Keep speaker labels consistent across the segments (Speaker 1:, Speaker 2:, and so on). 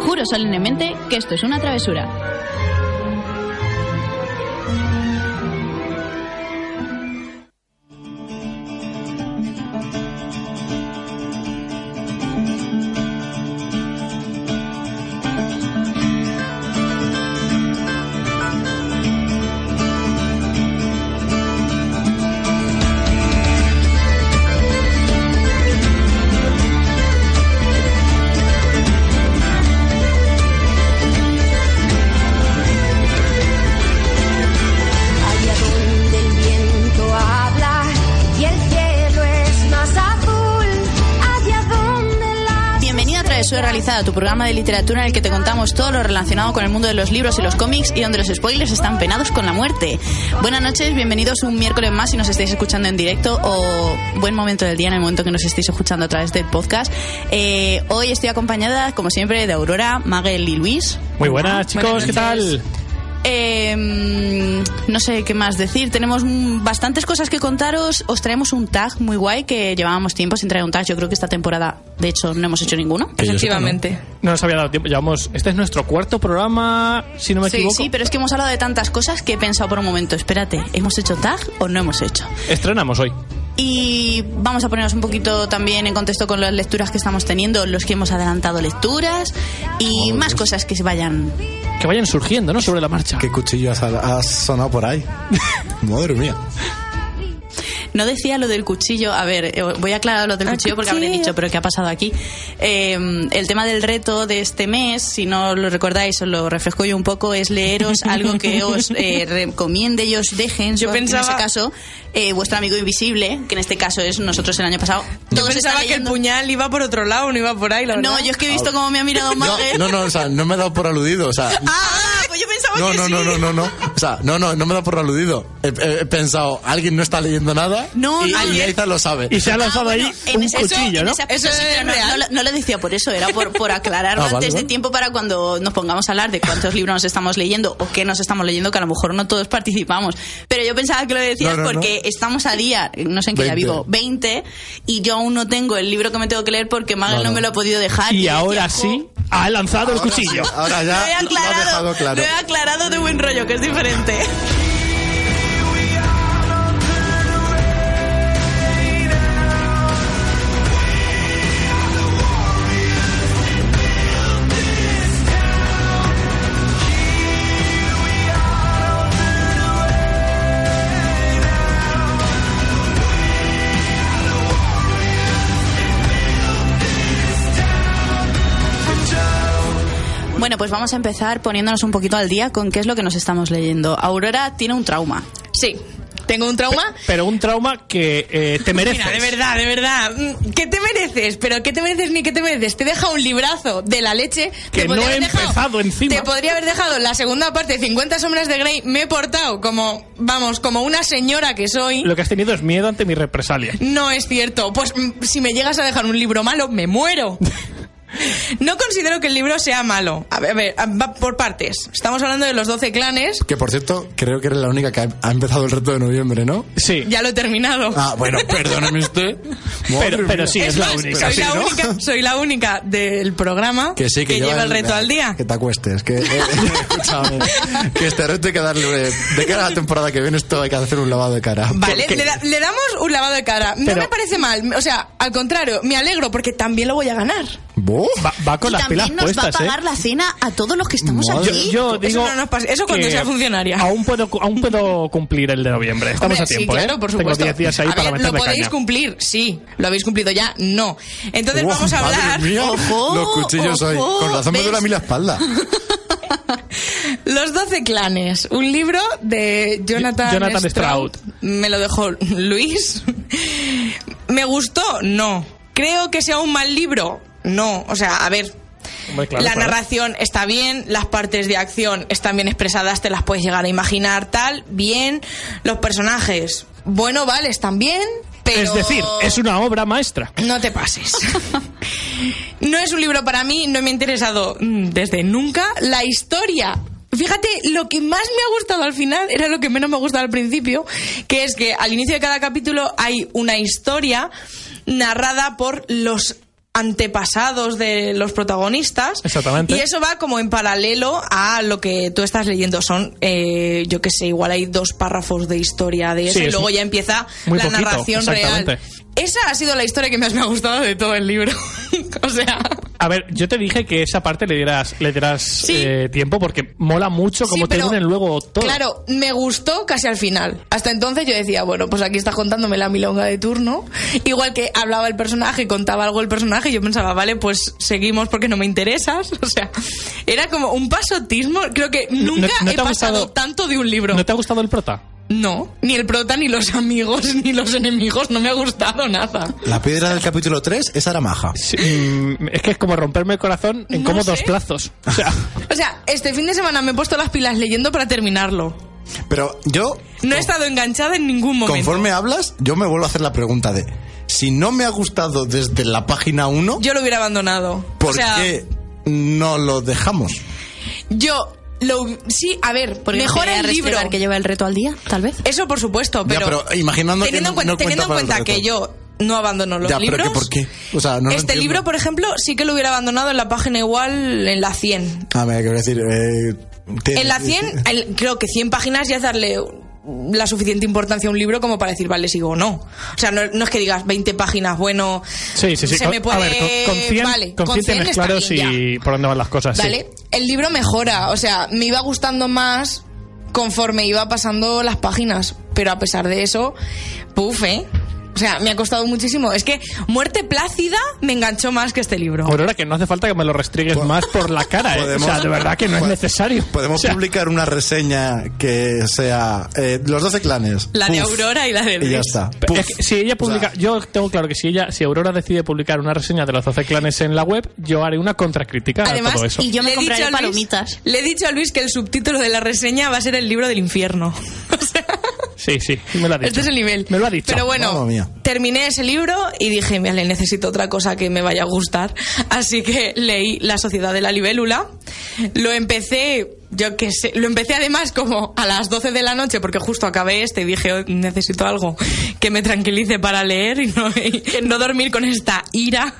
Speaker 1: deciros solemnemente que esto es una travesura.
Speaker 2: Allá donde el viento habla y el cielo es más azul, allá donde la...
Speaker 1: Bienvenido a Travesura Realizada, tu programa de literatura en el que te contamos todo lo relacionado con el mundo de los libros y los cómics y donde los spoilers están penados con la muerte. Buenas noches, bienvenidos un miércoles más si nos estáis escuchando en directo o buen momento del día en el momento que nos estéis escuchando a través del podcast. Eh, hoy estoy acompañada, como siempre, de Aurora, Magel y Luis.
Speaker 3: Muy buenas, chicos, ¿qué tal?
Speaker 1: Eh, mm, no sé qué más decir. Tenemos mm, bastantes cosas que contaros. Os traemos un tag muy guay que llevábamos tiempo sin traer un tag. Yo creo que esta temporada, de hecho, no hemos hecho ninguno.
Speaker 3: Que yo sepa, ¿no?
Speaker 4: Efectivamente.
Speaker 3: No nos había dado tiempo. Llevamos. Este es nuestro cuarto programa, si no me
Speaker 4: Sí,
Speaker 3: equivoco.
Speaker 1: Sí, pero es que hemos hablado de tantas cosas que he pensado por un momento, espérate, ¿hemos hecho tag o no hemos hecho?
Speaker 3: Estrenamos hoy.
Speaker 1: Y vamos a ponernos un poquito también en contexto con las lecturas que estamos teniendo, los que hemos adelantado lecturas y más cosas que se vayan.
Speaker 3: Que vayan surgiendo, ¿no? Sobre la marcha.
Speaker 5: ¿Qué cuchillo has, has sonado por ahí? Madre mía.
Speaker 1: No decía lo del cuchillo, a ver, eh, voy a aclarar lo del
Speaker 4: Ah,
Speaker 1: cuchillo porque habré
Speaker 4: cuchillo.
Speaker 1: dicho, pero ¿qué ha pasado aquí? Eh, el tema del reto de este mes, si no lo recordáis, os lo refresco yo un poco, es leeros algo que os eh, recomiende y os dejen,
Speaker 4: Yo
Speaker 1: en
Speaker 4: pensaba-
Speaker 1: ese caso, eh, vuestro amigo invisible, que en este caso es nosotros el año pasado.
Speaker 4: Yo
Speaker 1: Todos
Speaker 4: pensaba
Speaker 1: están
Speaker 4: que el
Speaker 1: leyendo-
Speaker 4: puñal iba por otro lado, no iba por ahí, la
Speaker 1: No,
Speaker 4: verdad.
Speaker 1: yo es que he visto cómo me ha mirado
Speaker 5: No,
Speaker 1: Magel.
Speaker 5: no, no, o sea, no me he dado por aludido, o sea...
Speaker 1: Ah, pues yo pensaba
Speaker 5: No,
Speaker 1: que
Speaker 5: no,
Speaker 1: sí.
Speaker 5: no, no, no, no. O sea, no, no, no me he dado por aludido. He, he- he pensado, alguien no está leyendo nada
Speaker 1: No,
Speaker 5: y,
Speaker 1: no,
Speaker 5: y
Speaker 1: ayer-
Speaker 5: Aiza lo sabe.
Speaker 3: Y se ha lanzado
Speaker 1: Ah, bueno,
Speaker 3: ahí
Speaker 1: en
Speaker 3: un
Speaker 1: ese-
Speaker 3: cuchillo,
Speaker 1: en
Speaker 3: ¿no?
Speaker 1: ese aspecto
Speaker 4: Eso
Speaker 1: sí,
Speaker 4: es
Speaker 1: pero no-
Speaker 4: real.
Speaker 1: No, lo- no lo decía por eso, era por, por aclararlo
Speaker 5: Ah, vale,
Speaker 1: antes de
Speaker 5: vale.
Speaker 1: tiempo para cuando nos pongamos a hablar de cuántos libros nos estamos leyendo o qué nos estamos leyendo, que a lo mejor no todos participamos. Pero yo pensaba que lo decías
Speaker 5: No, no, no.
Speaker 1: porque estamos a día, no sé en qué día
Speaker 5: 20.
Speaker 1: vivo, 20, y yo aún no tengo el libro que me tengo que leer porque Magel no,
Speaker 5: No, no.
Speaker 1: me lo ha podido dejar.
Speaker 3: Y
Speaker 1: yo
Speaker 3: ahora
Speaker 1: decía,
Speaker 3: sí, ha lanzado el cuchillo.
Speaker 5: Ahora
Speaker 1: "Jo, Lo he
Speaker 5: ya lo, has
Speaker 1: aclarado,
Speaker 5: dejado claro.
Speaker 1: lo he aclarado de buen rollo, que es diferente. Bueno, pues vamos a empezar poniéndonos un poquito al día con qué es lo que nos estamos leyendo. Aurora tiene un trauma.
Speaker 4: Sí, tengo un trauma.
Speaker 3: Pero un trauma que eh, te mereces.
Speaker 4: Mira, de verdad, de verdad. mm, ¿Qué te mereces? Pero ¿qué te mereces ni qué te mereces? Te deja un librazo de la leche.
Speaker 3: Que
Speaker 4: te
Speaker 3: no
Speaker 4: podría
Speaker 3: he
Speaker 4: haber
Speaker 3: empezado encima.
Speaker 4: Te podría haber dejado la segunda parte, de 50 sombras de Grey. Me he portado como, vamos, como una señora que
Speaker 1: ¿eh?
Speaker 4: soy.
Speaker 3: Lo que has tenido es miedo ante mi represalia.
Speaker 4: No es cierto. Pues mm, si me llegas a dejar un libro malo, me muero. No considero que el libro sea malo. A ver, a ver, a- va por partes. Estamos hablando de los 12 clanes.
Speaker 5: Que por cierto, creo que eres la única que ha, ha empezado el reto de noviembre, ¿no?
Speaker 3: Sí.
Speaker 4: Ya lo he terminado.
Speaker 5: Ah, bueno, perdóname usted. Madre
Speaker 3: Pero- pero
Speaker 5: mía.
Speaker 3: sí, es la
Speaker 4: más,
Speaker 3: única,
Speaker 4: Soy,
Speaker 3: sí,
Speaker 4: la
Speaker 3: ¿no?
Speaker 4: única soy la única del programa
Speaker 5: Que sí, que,
Speaker 4: lleva el reto al día.
Speaker 5: Que te acuestes, que, eh, escúchame, que este reto hay que darle... De cara a la temporada que viene esto hay que hacer un lavado de cara.
Speaker 4: Vale,
Speaker 5: Porque-
Speaker 4: le, da- le damos un lavado de cara. No
Speaker 3: Pero-
Speaker 4: me parece mal, o sea, al contrario, me alegro porque también lo voy a ganar.
Speaker 5: ¡Buah!
Speaker 3: Va, va con
Speaker 1: y
Speaker 3: las pilas
Speaker 1: también nos va a
Speaker 3: puestas, ¿eh?
Speaker 1: pagar la cena a todos los que estamos
Speaker 5: Madre-
Speaker 1: aquí.
Speaker 3: Yo
Speaker 4: Eso
Speaker 3: digo
Speaker 4: no nos pasa- eso cuando
Speaker 3: que
Speaker 4: sea funcionaria.
Speaker 3: Aún puedo, cu- aún puedo cumplir el de noviembre. Estamos
Speaker 4: Hombre,
Speaker 3: a tiempo,
Speaker 4: sí, claro,
Speaker 3: ¿eh?
Speaker 4: por supuesto.
Speaker 3: Tengo 10 días ahí
Speaker 4: A
Speaker 3: para
Speaker 4: ver,
Speaker 3: meterle
Speaker 4: lo podéis
Speaker 3: caña.
Speaker 4: cumplir, sí. Lo habéis cumplido ya, no. Entonces
Speaker 5: Buah,
Speaker 4: vamos a
Speaker 5: madre
Speaker 4: hablar
Speaker 5: mía,
Speaker 1: Ojo,
Speaker 5: los cuchillos hoy.
Speaker 1: ojo,
Speaker 5: Con razón me
Speaker 1: ¿ves?
Speaker 5: duele a mí la espalda.
Speaker 4: Los 12 clanes, un libro de Jonathan,
Speaker 3: Jonathan Stroud.
Speaker 4: Me lo dejó Luis. ¿Me gustó? No. ¿Creo que sea un mal libro? No. O sea, a ver,
Speaker 3: Hombre, claro,
Speaker 4: la
Speaker 3: claro.
Speaker 4: narración está bien, las partes de acción están bien expresadas, te las puedes llegar a imaginar, tal, bien. Los personajes, bueno, vale, están bien, pero...
Speaker 3: Es decir, es una obra maestra.
Speaker 4: No te pases. No es un libro para mí, no me ha interesado mm, desde nunca. La historia. Fíjate, lo que más me ha gustado al final era lo que menos me ha gustado al principio, que es que al inicio de cada capítulo hay una historia narrada por los antepasados de los protagonistas.
Speaker 3: Exactamente.
Speaker 4: Y eso va como en paralelo a lo que tú estás leyendo. Son, eh, yo que sé, igual hay dos párrafos de historia de eso
Speaker 3: Sí,
Speaker 4: y
Speaker 3: es
Speaker 4: luego
Speaker 3: muy-
Speaker 4: ya empieza
Speaker 3: muy
Speaker 4: la
Speaker 3: poquito,
Speaker 4: narración real.
Speaker 3: exactamente.
Speaker 4: Esa ha sido la historia que más me ha gustado de todo el libro. o sea,
Speaker 3: A ver, yo te dije que esa parte le dieras, le dieras
Speaker 4: Sí.
Speaker 3: eh, tiempo porque mola mucho como
Speaker 4: sí,
Speaker 3: te
Speaker 4: pero-
Speaker 3: unen luego todo.
Speaker 4: Claro, me gustó casi al final. Hasta entonces yo decía, bueno, pues aquí está contándome la milonga de turno. Igual que hablaba el personaje, contaba algo el personaje, yo pensaba, vale, pues seguimos porque no me interesas. O sea, era como un pasotismo. Creo que nunca
Speaker 3: no te
Speaker 4: he
Speaker 3: ha
Speaker 4: pasado
Speaker 3: gustado-
Speaker 4: tanto de un libro.
Speaker 3: ¿No te ha gustado el prota?
Speaker 4: No, ni el prota, ni los amigos, ni los enemigos, no me ha gustado nada.
Speaker 5: La piedra del capítulo 3 es Aramaja.
Speaker 3: Sí, mm, es que es como romperme el corazón en
Speaker 4: No
Speaker 3: como
Speaker 4: sé.
Speaker 3: dos plazos. O sea,
Speaker 4: O sea, este fin de semana me he puesto las pilas leyendo para terminarlo.
Speaker 5: Pero yo,
Speaker 4: No he estado enganchada en ningún momento.
Speaker 5: conforme hablas, yo me vuelvo a hacer la pregunta de si no me ha gustado desde la página 1,
Speaker 4: Yo lo hubiera abandonado.
Speaker 5: ¿por
Speaker 4: o sea,
Speaker 5: qué no lo dejamos?
Speaker 4: yo lo hub- sí, a ver,
Speaker 1: Porque
Speaker 4: mejor
Speaker 1: quería
Speaker 4: el libro.
Speaker 1: restregar que lleva el reto al día, tal vez.
Speaker 4: Eso por supuesto,
Speaker 5: Ya,
Speaker 4: pero,
Speaker 5: pero imaginando que
Speaker 4: teniendo en
Speaker 5: no-
Speaker 4: cuenta,
Speaker 5: no cuenta
Speaker 4: teniendo en
Speaker 5: para el
Speaker 4: cuenta que yo no abandono los
Speaker 5: Ya, pero
Speaker 4: libros.
Speaker 5: que ¿por qué? O sea, no lo
Speaker 4: este
Speaker 5: entiendo.
Speaker 4: libro, por ejemplo, sí que lo hubiera abandonado en la página igual en la 100.
Speaker 5: A ver, quiero decir... eh, te-
Speaker 4: En la 100, el- creo que 100 páginas ya es darle la suficiente importancia a un libro como para decir, vale, sigo o no. O sea, no, no es que digas 20 páginas, bueno,
Speaker 3: sí, sí, sí.
Speaker 4: se me puede...
Speaker 3: A ver, con, con 100,
Speaker 4: vale,
Speaker 3: con 100 tienes
Speaker 4: está
Speaker 3: claro
Speaker 4: bien, ya.
Speaker 3: si por dónde van las cosas. sí.
Speaker 4: ¿Vale? El libro mejora, o sea, me iba gustando más conforme iba pasando las páginas, pero a pesar de eso, puf, ¿eh? O sea, me ha costado muchísimo. Es que Muerte Plácida me enganchó más que este libro.
Speaker 3: Aurora, que no hace falta que me lo restrigues
Speaker 5: Pod-
Speaker 3: más por la cara. ¿eh? O sea, de verdad que no es
Speaker 5: po-
Speaker 3: necesario.
Speaker 5: Pues Podemos
Speaker 3: O sea,
Speaker 5: publicar una reseña que sea eh, los 12 clanes.
Speaker 4: La de
Speaker 5: Puf.
Speaker 4: Aurora y la de
Speaker 5: Y ya
Speaker 4: Luis.
Speaker 5: está.
Speaker 3: Pero
Speaker 5: Puf.
Speaker 3: es que si ella publica,
Speaker 5: O sea,
Speaker 3: yo tengo claro que si ella, si Aurora decide publicar una reseña de los 12 clanes en la web, yo haré una contracrítica a todo eso.
Speaker 1: y yo me
Speaker 4: le he
Speaker 1: compraré
Speaker 4: dicho a Luis-
Speaker 1: palomitas.
Speaker 4: le he dicho a Luis que el subtítulo de la reseña va a ser el libro del infierno. O sea,
Speaker 3: Sí, sí, me lo ha dicho.
Speaker 4: Este es el nivel.
Speaker 3: Me lo ha dicho.
Speaker 4: Pero bueno,
Speaker 5: Mamma mía.
Speaker 4: terminé ese libro y dije, vale, necesito otra cosa que me vaya a gustar. Así que leí La Sociedad de la Libélula. Lo empecé, yo qué sé, lo empecé además como a las 12 de la noche porque justo acabé este y dije, "Oh, necesito algo que me tranquilice para leer y no, y no dormir con esta ira.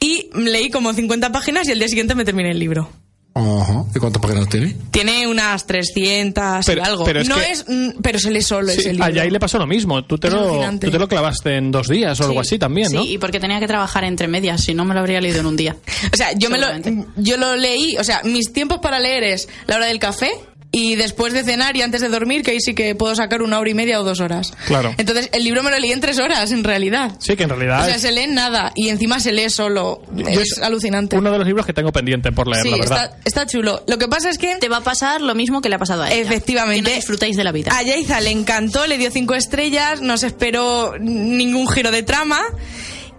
Speaker 4: Y leí como 50 páginas y el día siguiente me terminé el libro.
Speaker 5: ajá. ¿Y cuántas páginas tiene?
Speaker 4: Tiene unas 300
Speaker 3: Pero-
Speaker 4: y algo.
Speaker 3: pero es
Speaker 4: no
Speaker 3: que-
Speaker 4: es, mm, pero se lee solo
Speaker 3: Sí,
Speaker 4: ese libro.
Speaker 3: a Yai le pasó lo mismo. Tú te, lo,
Speaker 4: Alucinante.
Speaker 3: tú te lo clavaste en dos días o algo así también, ¿no?
Speaker 1: Sí, y porque tenía que trabajar entre medias, si no me lo habría leído en un día.
Speaker 4: O sea, yo me lo,
Speaker 1: Seguramente.
Speaker 4: yo lo leí, o sea, mis tiempos para leer es la hora del café y después de cenar y antes de dormir, que ahí sí que puedo sacar una hora y media o dos horas.
Speaker 3: Claro.
Speaker 4: Entonces, el libro me lo leí en tres horas, en realidad.
Speaker 3: Sí, que en realidad
Speaker 4: O sea,
Speaker 3: es-
Speaker 4: se lee en nada y encima se lee solo.
Speaker 3: yo-
Speaker 4: es, alucinante.
Speaker 3: uno de los libros que tengo pendiente por leer,
Speaker 4: sí,
Speaker 3: la verdad.
Speaker 4: está, está chulo. Lo que pasa es que
Speaker 1: Te va a pasar lo mismo que le ha pasado a ella.
Speaker 4: Efectivamente.
Speaker 1: Que no disfrutáis de la vida.
Speaker 4: a Yaiza le encantó, le dio cinco estrellas, no se esperó ningún giro de trama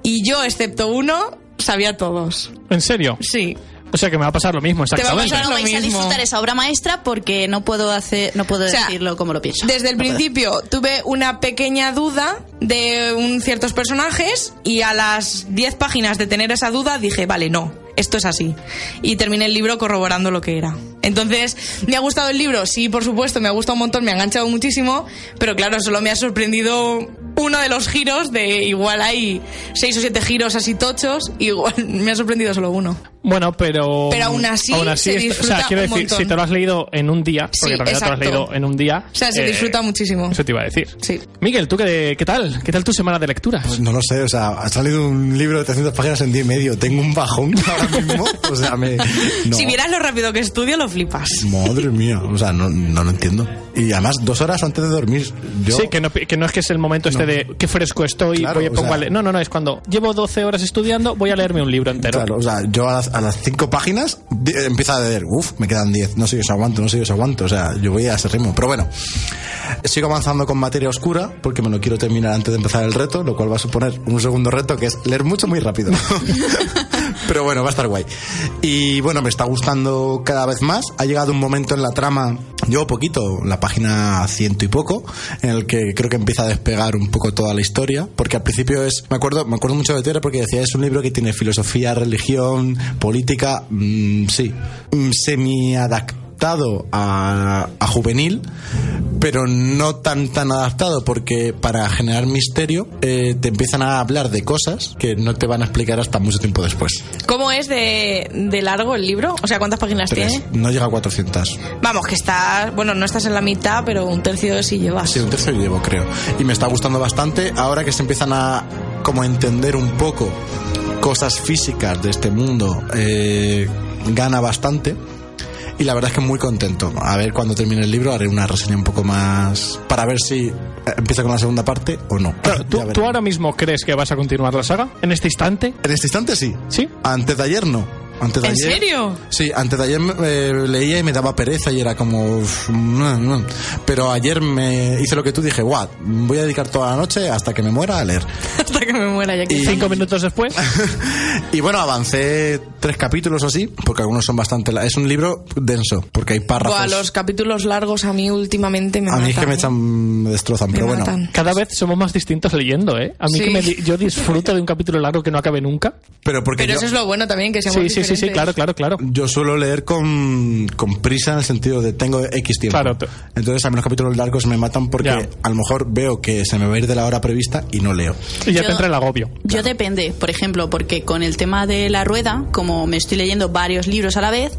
Speaker 4: y yo, excepto uno, sabía todos.
Speaker 3: ¿En serio?
Speaker 4: Sí.
Speaker 3: O sea que me va a pasar lo mismo,
Speaker 4: va a
Speaker 3: exactamente.
Speaker 4: pasar
Speaker 1: no
Speaker 4: lo
Speaker 1: vais a
Speaker 4: mismo.
Speaker 1: disfrutar esa obra maestra porque no puedo hacer, no puedo
Speaker 4: O sea,
Speaker 1: decirlo como lo pienso.
Speaker 4: Desde el principio tuve una pequeña duda de un- ciertos personajes y a las 10 páginas de tener esa duda dije, vale, no, esto es así. Y terminé el libro corroborando lo que era. Entonces, ¿me ha gustado el libro? Sí, por supuesto, me ha gustado un montón, me ha enganchado muchísimo, pero claro, solo me ha sorprendido uno de los giros de igual hay seis o siete giros así tochos, y igual me ha sorprendido solo uno.
Speaker 3: Bueno, pero. mm,
Speaker 4: Pero aún así
Speaker 3: esto-
Speaker 4: se
Speaker 3: O
Speaker 4: disfruta
Speaker 3: sea, quiero
Speaker 4: un
Speaker 3: decir,
Speaker 4: montón.
Speaker 3: si te lo has leído en un día, porque
Speaker 4: Sí,
Speaker 3: en realidad te lo
Speaker 4: exacto.
Speaker 3: has leído en un día.
Speaker 4: O sea, se
Speaker 3: eh,
Speaker 4: disfruta muchísimo.
Speaker 3: Eso te iba a decir.
Speaker 4: Sí.
Speaker 3: Miguel, ¿tú qué, qué tal? ¿Qué tal tu semana de lecturas?
Speaker 5: Pues no lo sé, o sea, ha salido un libro de 300 páginas en día y medio. Tengo un bajón ahora mismo. O sea, me. no.
Speaker 4: Si vieras lo rápido que estudio, lo flipas.
Speaker 5: Madre mía, o sea, no, no lo entiendo. Y además, dos horas antes de dormir. Yo,
Speaker 3: Sí, que no, que no es que es el momento este de qué fresco estoy,
Speaker 5: Claro,
Speaker 3: voy a
Speaker 5: o
Speaker 3: pongo
Speaker 5: sea-
Speaker 3: a leer. No, no, no, es cuando llevo 12 horas estudiando, voy a leerme un libro entero.
Speaker 5: Claro, o sea, yo a las, a las cinco páginas di- eh, empieza a leer, uff, me quedan 10, no sé yo si aguanto, no sé yo si aguanto, o sea, yo voy a ese ritmo. Pero bueno, sigo avanzando con materia oscura, porque me lo quiero terminar antes de empezar el reto, lo cual va a suponer un segundo reto, que es leer mucho muy rápido. Pero bueno, va a estar guay. Y bueno, me está gustando cada vez más. Ha llegado un momento en la trama, llevo poquito, la página ciento y poco, en el que creo que empieza a despegar un poco toda la historia, porque al principio es, me acuerdo, me acuerdo mucho de Tere porque decía, es un libro que tiene filosofía, religión, política, mm, sí, semi adaptada adaptado mm, a, a juvenil, pero no tan tan adaptado porque para generar misterio eh, te empiezan a hablar de cosas que no te van a explicar hasta mucho tiempo después.
Speaker 4: ¿Cómo es de, de largo el libro? O sea, ¿cuántas páginas
Speaker 5: Tres.
Speaker 4: tiene?
Speaker 5: No llega a 400.
Speaker 4: Vamos, que estás, bueno, no estás en la mitad, pero un tercio sí llevas.
Speaker 5: Sí, un tercio llevo, creo. Y me está gustando bastante. Ahora que se empiezan a como entender un poco cosas físicas de este mundo, eh, gana bastante. Y la verdad es que muy contento. A ver, cuando termine el libro haré una reseña un poco más para ver si eh, empieza con la segunda parte o no.
Speaker 3: Claro, ¿tú,
Speaker 5: Ya veré.
Speaker 3: tú ahora mismo crees que vas a continuar la saga? ¿En este instante?
Speaker 5: En este instante sí.
Speaker 3: ¿Sí?
Speaker 5: Antes de ayer no. Antes de
Speaker 4: ¿En
Speaker 5: ayer-
Speaker 4: serio?
Speaker 5: Sí, antes de ayer eh, leía y me daba pereza y era como... uf, mm, mm. Pero ayer me hice lo que tú dije, what, voy a dedicar toda la noche hasta que me muera a leer.
Speaker 4: Hasta que me muera ya que
Speaker 5: Y-
Speaker 3: ¿Cinco minutos después?
Speaker 5: y bueno, avancé tres capítulos o así, porque algunos son bastante... la- Es un libro denso, porque hay párrafos...
Speaker 4: Buah, los capítulos largos a mí últimamente me
Speaker 5: a mí es
Speaker 4: matan,
Speaker 5: que me
Speaker 4: ¿eh?
Speaker 5: echan... me destrozan,
Speaker 4: Me
Speaker 5: pero bueno.
Speaker 4: matan.
Speaker 3: Cada vez somos más distintos leyendo, ¿eh? A mí
Speaker 4: Sí.
Speaker 3: que me di- yo disfruto de un capítulo largo que no acabe nunca.
Speaker 5: Pero porque
Speaker 4: Pero
Speaker 5: yo-
Speaker 4: eso es lo bueno también, que seamos
Speaker 3: Sí, sí, sí, sí,
Speaker 4: diferentes.
Speaker 3: claro, claro, claro.
Speaker 5: Yo suelo leer con, con prisa en el sentido de tengo X tiempo.
Speaker 3: Claro, te-
Speaker 5: Entonces a mí los capítulos largos me matan porque
Speaker 3: Ya.
Speaker 5: a lo mejor veo que se me va a ir de la hora prevista y no leo.
Speaker 3: Y ya
Speaker 1: Yo-
Speaker 3: te entra el agobio.
Speaker 1: Yo depende, por ejemplo, porque con el tema de la rueda, como me estoy leyendo varios libros a la vez,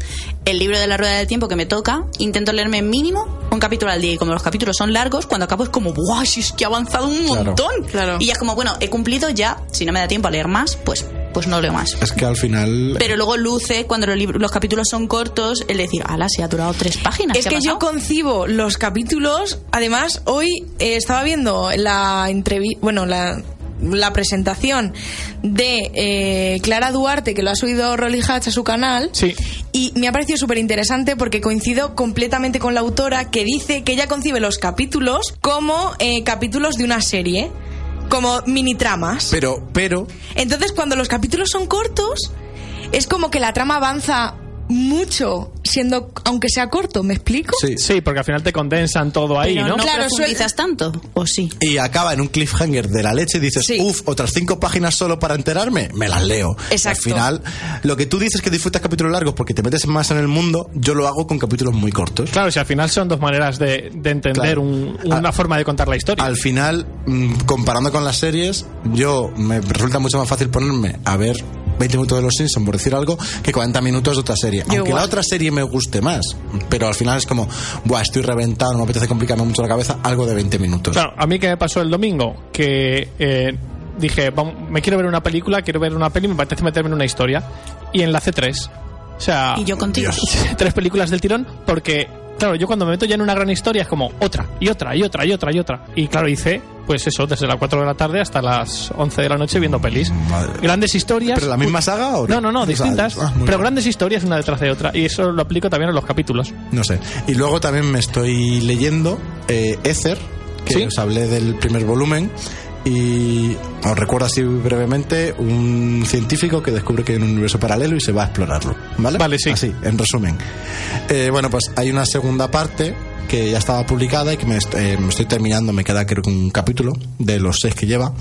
Speaker 1: el libro de la rueda del tiempo que me toca, intento leerme mínimo un capítulo al día. Y como los capítulos son largos, cuando acabo es como, ¡buah! Si es que he avanzado un
Speaker 5: Claro.
Speaker 1: montón.
Speaker 4: Claro.
Speaker 1: Y ya es como, bueno, he cumplido ya, si no me da tiempo a leer más, pues, pues no leo más.
Speaker 5: Es que al final...
Speaker 1: Pero luego luce, cuando los, libros- los capítulos son cortos, el decir, ala, se ha durado tres páginas.
Speaker 4: Es
Speaker 1: ¿qué ha
Speaker 4: que yo
Speaker 1: pasado?".
Speaker 4: concibo los capítulos. Además, hoy eh, estaba viendo la entrevista. Bueno, la. la presentación de eh, Clara Duarte, que lo ha subido Rolly Hatch a su canal.
Speaker 3: Sí.
Speaker 4: Y me ha parecido súper interesante porque coincido completamente con la autora que dice que ella concibe los capítulos como eh, capítulos de una serie, como mini tramas.
Speaker 5: Pero, pero,
Speaker 4: Entonces, cuando los capítulos son cortos, es como que la trama avanza mucho, siendo aunque sea corto, ¿me explico?
Speaker 5: sí.
Speaker 3: Sí, porque al final te condensan todo ahí,
Speaker 1: Pero
Speaker 3: ¿no?
Speaker 1: no
Speaker 4: Claro,
Speaker 1: profundizas tanto, ¿o sí?
Speaker 5: Y acaba en un cliffhanger de la leche y dices,
Speaker 4: Sí.
Speaker 5: uff, otras cinco páginas solo para enterarme, me las leo.
Speaker 4: Exacto.
Speaker 5: Al final, lo que tú dices que disfrutas capítulos largos porque te metes más en el mundo, yo lo hago con capítulos muy cortos.
Speaker 3: Claro, si al final son dos maneras de, de entender
Speaker 5: Claro.
Speaker 3: un- una
Speaker 5: Ah.
Speaker 3: forma de contar la historia.
Speaker 5: Al final, mm, comparando con las series, yo me resulta mucho más fácil ponerme a ver 20 minutos de Los Simpsons, por decir algo, que 40 minutos de otra serie. Aunque
Speaker 4: igual.
Speaker 5: la otra serie me guste más, pero al final es como, buah, estoy reventado, no me apetece complicarme mucho la cabeza, algo de 20 minutos.
Speaker 3: Claro, a mí que me pasó el domingo, que eh, dije, "Vamos, me quiero ver una película, quiero ver una peli, me apetece meterme en una historia. Y enlace tres. O sea,
Speaker 1: Y yo contigo.
Speaker 3: tres películas del tirón, porque, claro, yo cuando me meto ya en una gran historia es como otra, y otra, y otra, y otra, y otra. Y claro, hice, pues eso, desde las 4 de la tarde hasta las 11 de la noche viendo pelis.
Speaker 5: Madre.
Speaker 3: Grandes historias.
Speaker 5: ¿Pero la misma saga o
Speaker 3: No, no, no,
Speaker 5: O sea,
Speaker 3: distintas.
Speaker 5: ah, muy
Speaker 3: pero
Speaker 5: bien.
Speaker 3: grandes historias una detrás de otra. Y eso lo aplico también a los capítulos.
Speaker 5: No sé. Y luego también me estoy leyendo eh, Ether, que
Speaker 3: Sí.
Speaker 5: os hablé del primer volumen. Y os recuerdo así brevemente un científico que descubre que hay un universo paralelo y se va a explorarlo. ¿Vale?
Speaker 3: Vale, sí.
Speaker 5: Así, en resumen. Eh, bueno, pues hay una segunda parte que ya estaba publicada y que me, est- eh, me estoy terminando, me queda creo que un capítulo de los seis que lleva.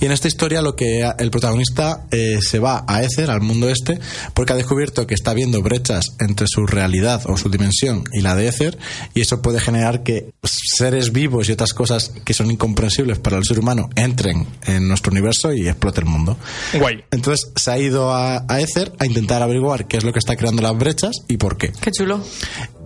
Speaker 5: Y en esta historia lo que el protagonista eh, se va a Ether, al mundo este, porque ha descubierto que está habiendo brechas entre su realidad o su dimensión y la de Ether, y eso puede generar que seres vivos y otras cosas que son incomprensibles para el ser humano entren en nuestro universo y explote el mundo.
Speaker 3: Guay.
Speaker 5: Entonces se ha ido a, a Ether a intentar averiguar qué es lo que está creando las brechas y por qué.
Speaker 4: Qué chulo.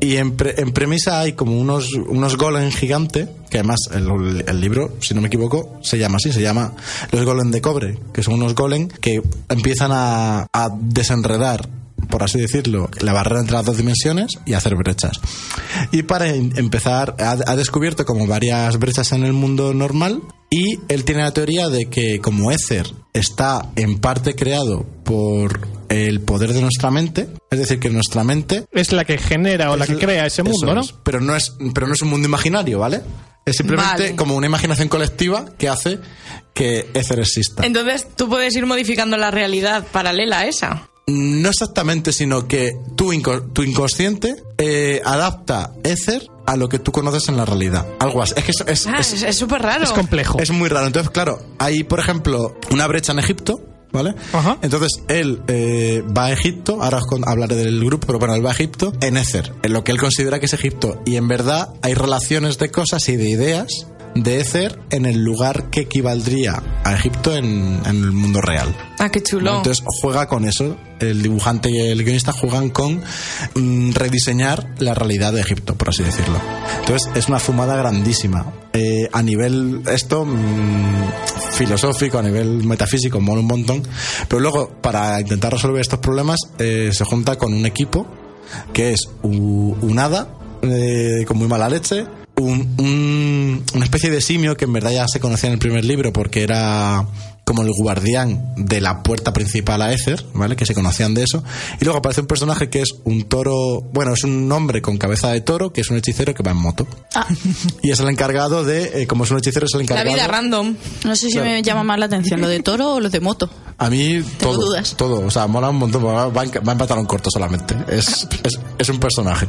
Speaker 5: Y en, pre- en premisa hay como unos, unos golem gigante, que además el, el libro, si no me equivoco, se llama así, se llama Los golem de cobre, que son unos golem que empiezan a, a desenredar, por así decirlo, la barrera entre las dos dimensiones y hacer brechas. Y para en- empezar, ha, ha descubierto como varias brechas en el mundo normal y él tiene la teoría de que como Ether está en parte creado por el poder de nuestra mente, es decir, que nuestra mente
Speaker 3: Es la que genera o la que
Speaker 5: es-
Speaker 3: crea ese
Speaker 5: eso
Speaker 3: mundo, ¿no?
Speaker 5: es. Pero no es, pero no es un mundo imaginario, ¿vale? Es simplemente
Speaker 4: Vale.
Speaker 5: como una imaginación colectiva que hace que Ether exista.
Speaker 4: Entonces tú puedes ir modificando la realidad paralela a esa.
Speaker 5: no exactamente, sino que tu, inco- tu inconsciente eh, adapta Ether a lo que tú conoces en la realidad. Algo así. Es que es- es-
Speaker 4: Ah,
Speaker 5: es-
Speaker 4: es es súper raro.
Speaker 3: Es complejo.
Speaker 5: es muy raro. Entonces, claro, hay, por ejemplo, una brecha en Egipto ¿vale?
Speaker 3: Ajá.
Speaker 5: Entonces él eh, va a Egipto, ahora os con- hablaré del grupo, pero bueno, él va a Egipto en Écer, en lo que él considera que es Egipto. Y en verdad hay relaciones de cosas y de ideas de Écer en el lugar que equivaldría a Egipto en, en el mundo real.
Speaker 4: Ah, qué chulo.
Speaker 5: ¿no? Entonces juega con eso. El dibujante y el guionista juegan con mm, rediseñar la realidad de Egipto, por así decirlo. Entonces es una fumada grandísima. Eh, a nivel esto mm, filosófico, a nivel metafísico, mola un montón. Pero luego, para intentar resolver estos problemas, eh, se junta con un equipo que es u- un hada eh, con muy mala leche, un- un- una especie de simio que en verdad ya se conocía en el primer libro porque era como el guardián de la puerta principal a Écer, ¿vale? Que se conocían de eso. Y luego aparece un personaje que es un toro, bueno, es un hombre con cabeza de toro, que es un hechicero que va en moto.
Speaker 1: Ah,
Speaker 5: Y es el encargado de, eh, como es un hechicero, es el
Speaker 4: La
Speaker 5: encargado...
Speaker 4: vida random.
Speaker 1: No sé si me llama más la atención lo de toro o lo de moto.
Speaker 5: A mí
Speaker 1: Tengo
Speaker 5: todo,
Speaker 1: dudas.
Speaker 5: todo, o sea, mola un montón, va, va en, va en pantalón corto solamente, es, es, es un personaje.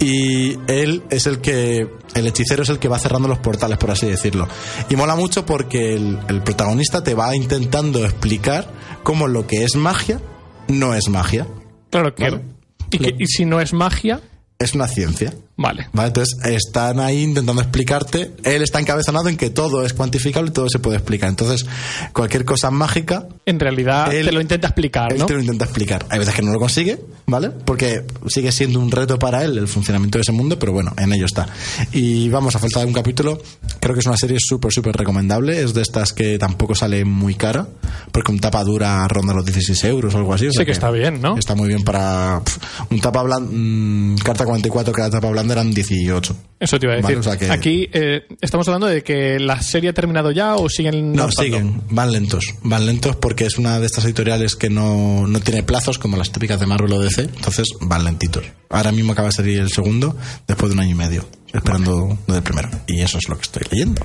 Speaker 5: Y él es el que, el hechicero es el que va cerrando los portales, por así decirlo. Y mola mucho porque el, el protagonista te va intentando explicar cómo lo que es magia no es magia,
Speaker 3: Claro que.
Speaker 5: Vale.
Speaker 3: Y, que- y si no es magia,
Speaker 5: es una ciencia.
Speaker 3: vale.
Speaker 5: ¿Vale? Entonces están ahí intentando explicarte. Él está encabezonado en que todo es cuantificable y todo se puede explicar. Entonces, cualquier cosa mágica
Speaker 3: En realidad
Speaker 5: Él-
Speaker 3: te lo intenta explicar,
Speaker 5: Él
Speaker 3: ¿no?
Speaker 5: te Este lo intenta explicar. Hay veces que no lo consigue, ¿vale? Porque sigue siendo un reto para él el funcionamiento de ese mundo, pero bueno, en ello está. Y vamos, a falta de un capítulo, creo que es una serie súper, súper recomendable. Es de estas que tampoco sale muy cara, porque un tapa dura ronda los 16 euros o algo así. o sea
Speaker 3: Sí que está bien, ¿no?
Speaker 5: Está muy bien para... pf, un tapa blanda... carta 44, que era tapa blanda, eran 18.
Speaker 3: Eso te iba a decir.
Speaker 5: Vale, o sea que-
Speaker 3: Aquí eh, estamos hablando de que la serie ha terminado ya o siguen.
Speaker 5: No,
Speaker 3: lanzando?
Speaker 5: siguen, van lentos. Van lentos porque es una de estas editoriales que no, no tiene plazos como las típicas de Marvel o DC, entonces van lentitos. Ahora mismo acaba de salir el segundo, después de un año y medio, esperando lo del primero. Y eso es lo que estoy leyendo.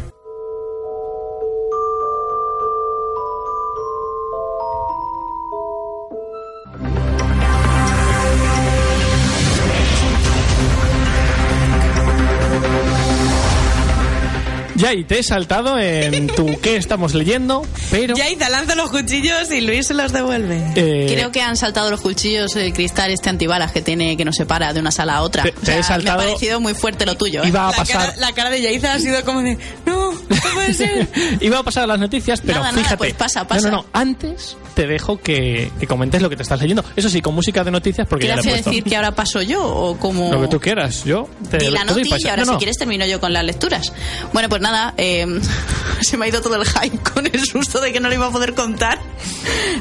Speaker 3: Ya, y te he saltado en tu qué estamos leyendo, pero.
Speaker 4: Yaiza lanza los cuchillos y Luis se los devuelve.
Speaker 3: eh,
Speaker 1: Creo que han saltado los cuchillos el cristal este antibalas que tiene que nos separa de una sala a otra.
Speaker 3: Te- te he saltado-
Speaker 1: Me ha parecido muy fuerte lo tuyo. ¿eh?
Speaker 3: Iba a
Speaker 4: la,
Speaker 3: pasar.
Speaker 4: cara, la cara de Yaiza ha sido como de, no, no puede ser.
Speaker 3: Iba a pasar a las noticias, pero
Speaker 1: Nada, nada,
Speaker 3: fíjate.
Speaker 1: pues pasa, pasa.
Speaker 3: No, no, no. Antes te dejo que, que comentes lo que te estás leyendo. Eso sí, con música de noticias, porque ya
Speaker 1: ¿Quieres
Speaker 3: le he puesto.
Speaker 1: decir que ahora paso yo o como...?
Speaker 3: Lo que tú quieras, yo te
Speaker 1: Di la
Speaker 3: te doy
Speaker 1: noti y
Speaker 3: paso.
Speaker 1: ahora
Speaker 3: No,
Speaker 1: si
Speaker 3: no.
Speaker 1: quieres termino yo con las lecturas. Bueno, pues nada, eh, se me ha ido todo el hype con el susto de que no lo iba a poder contar.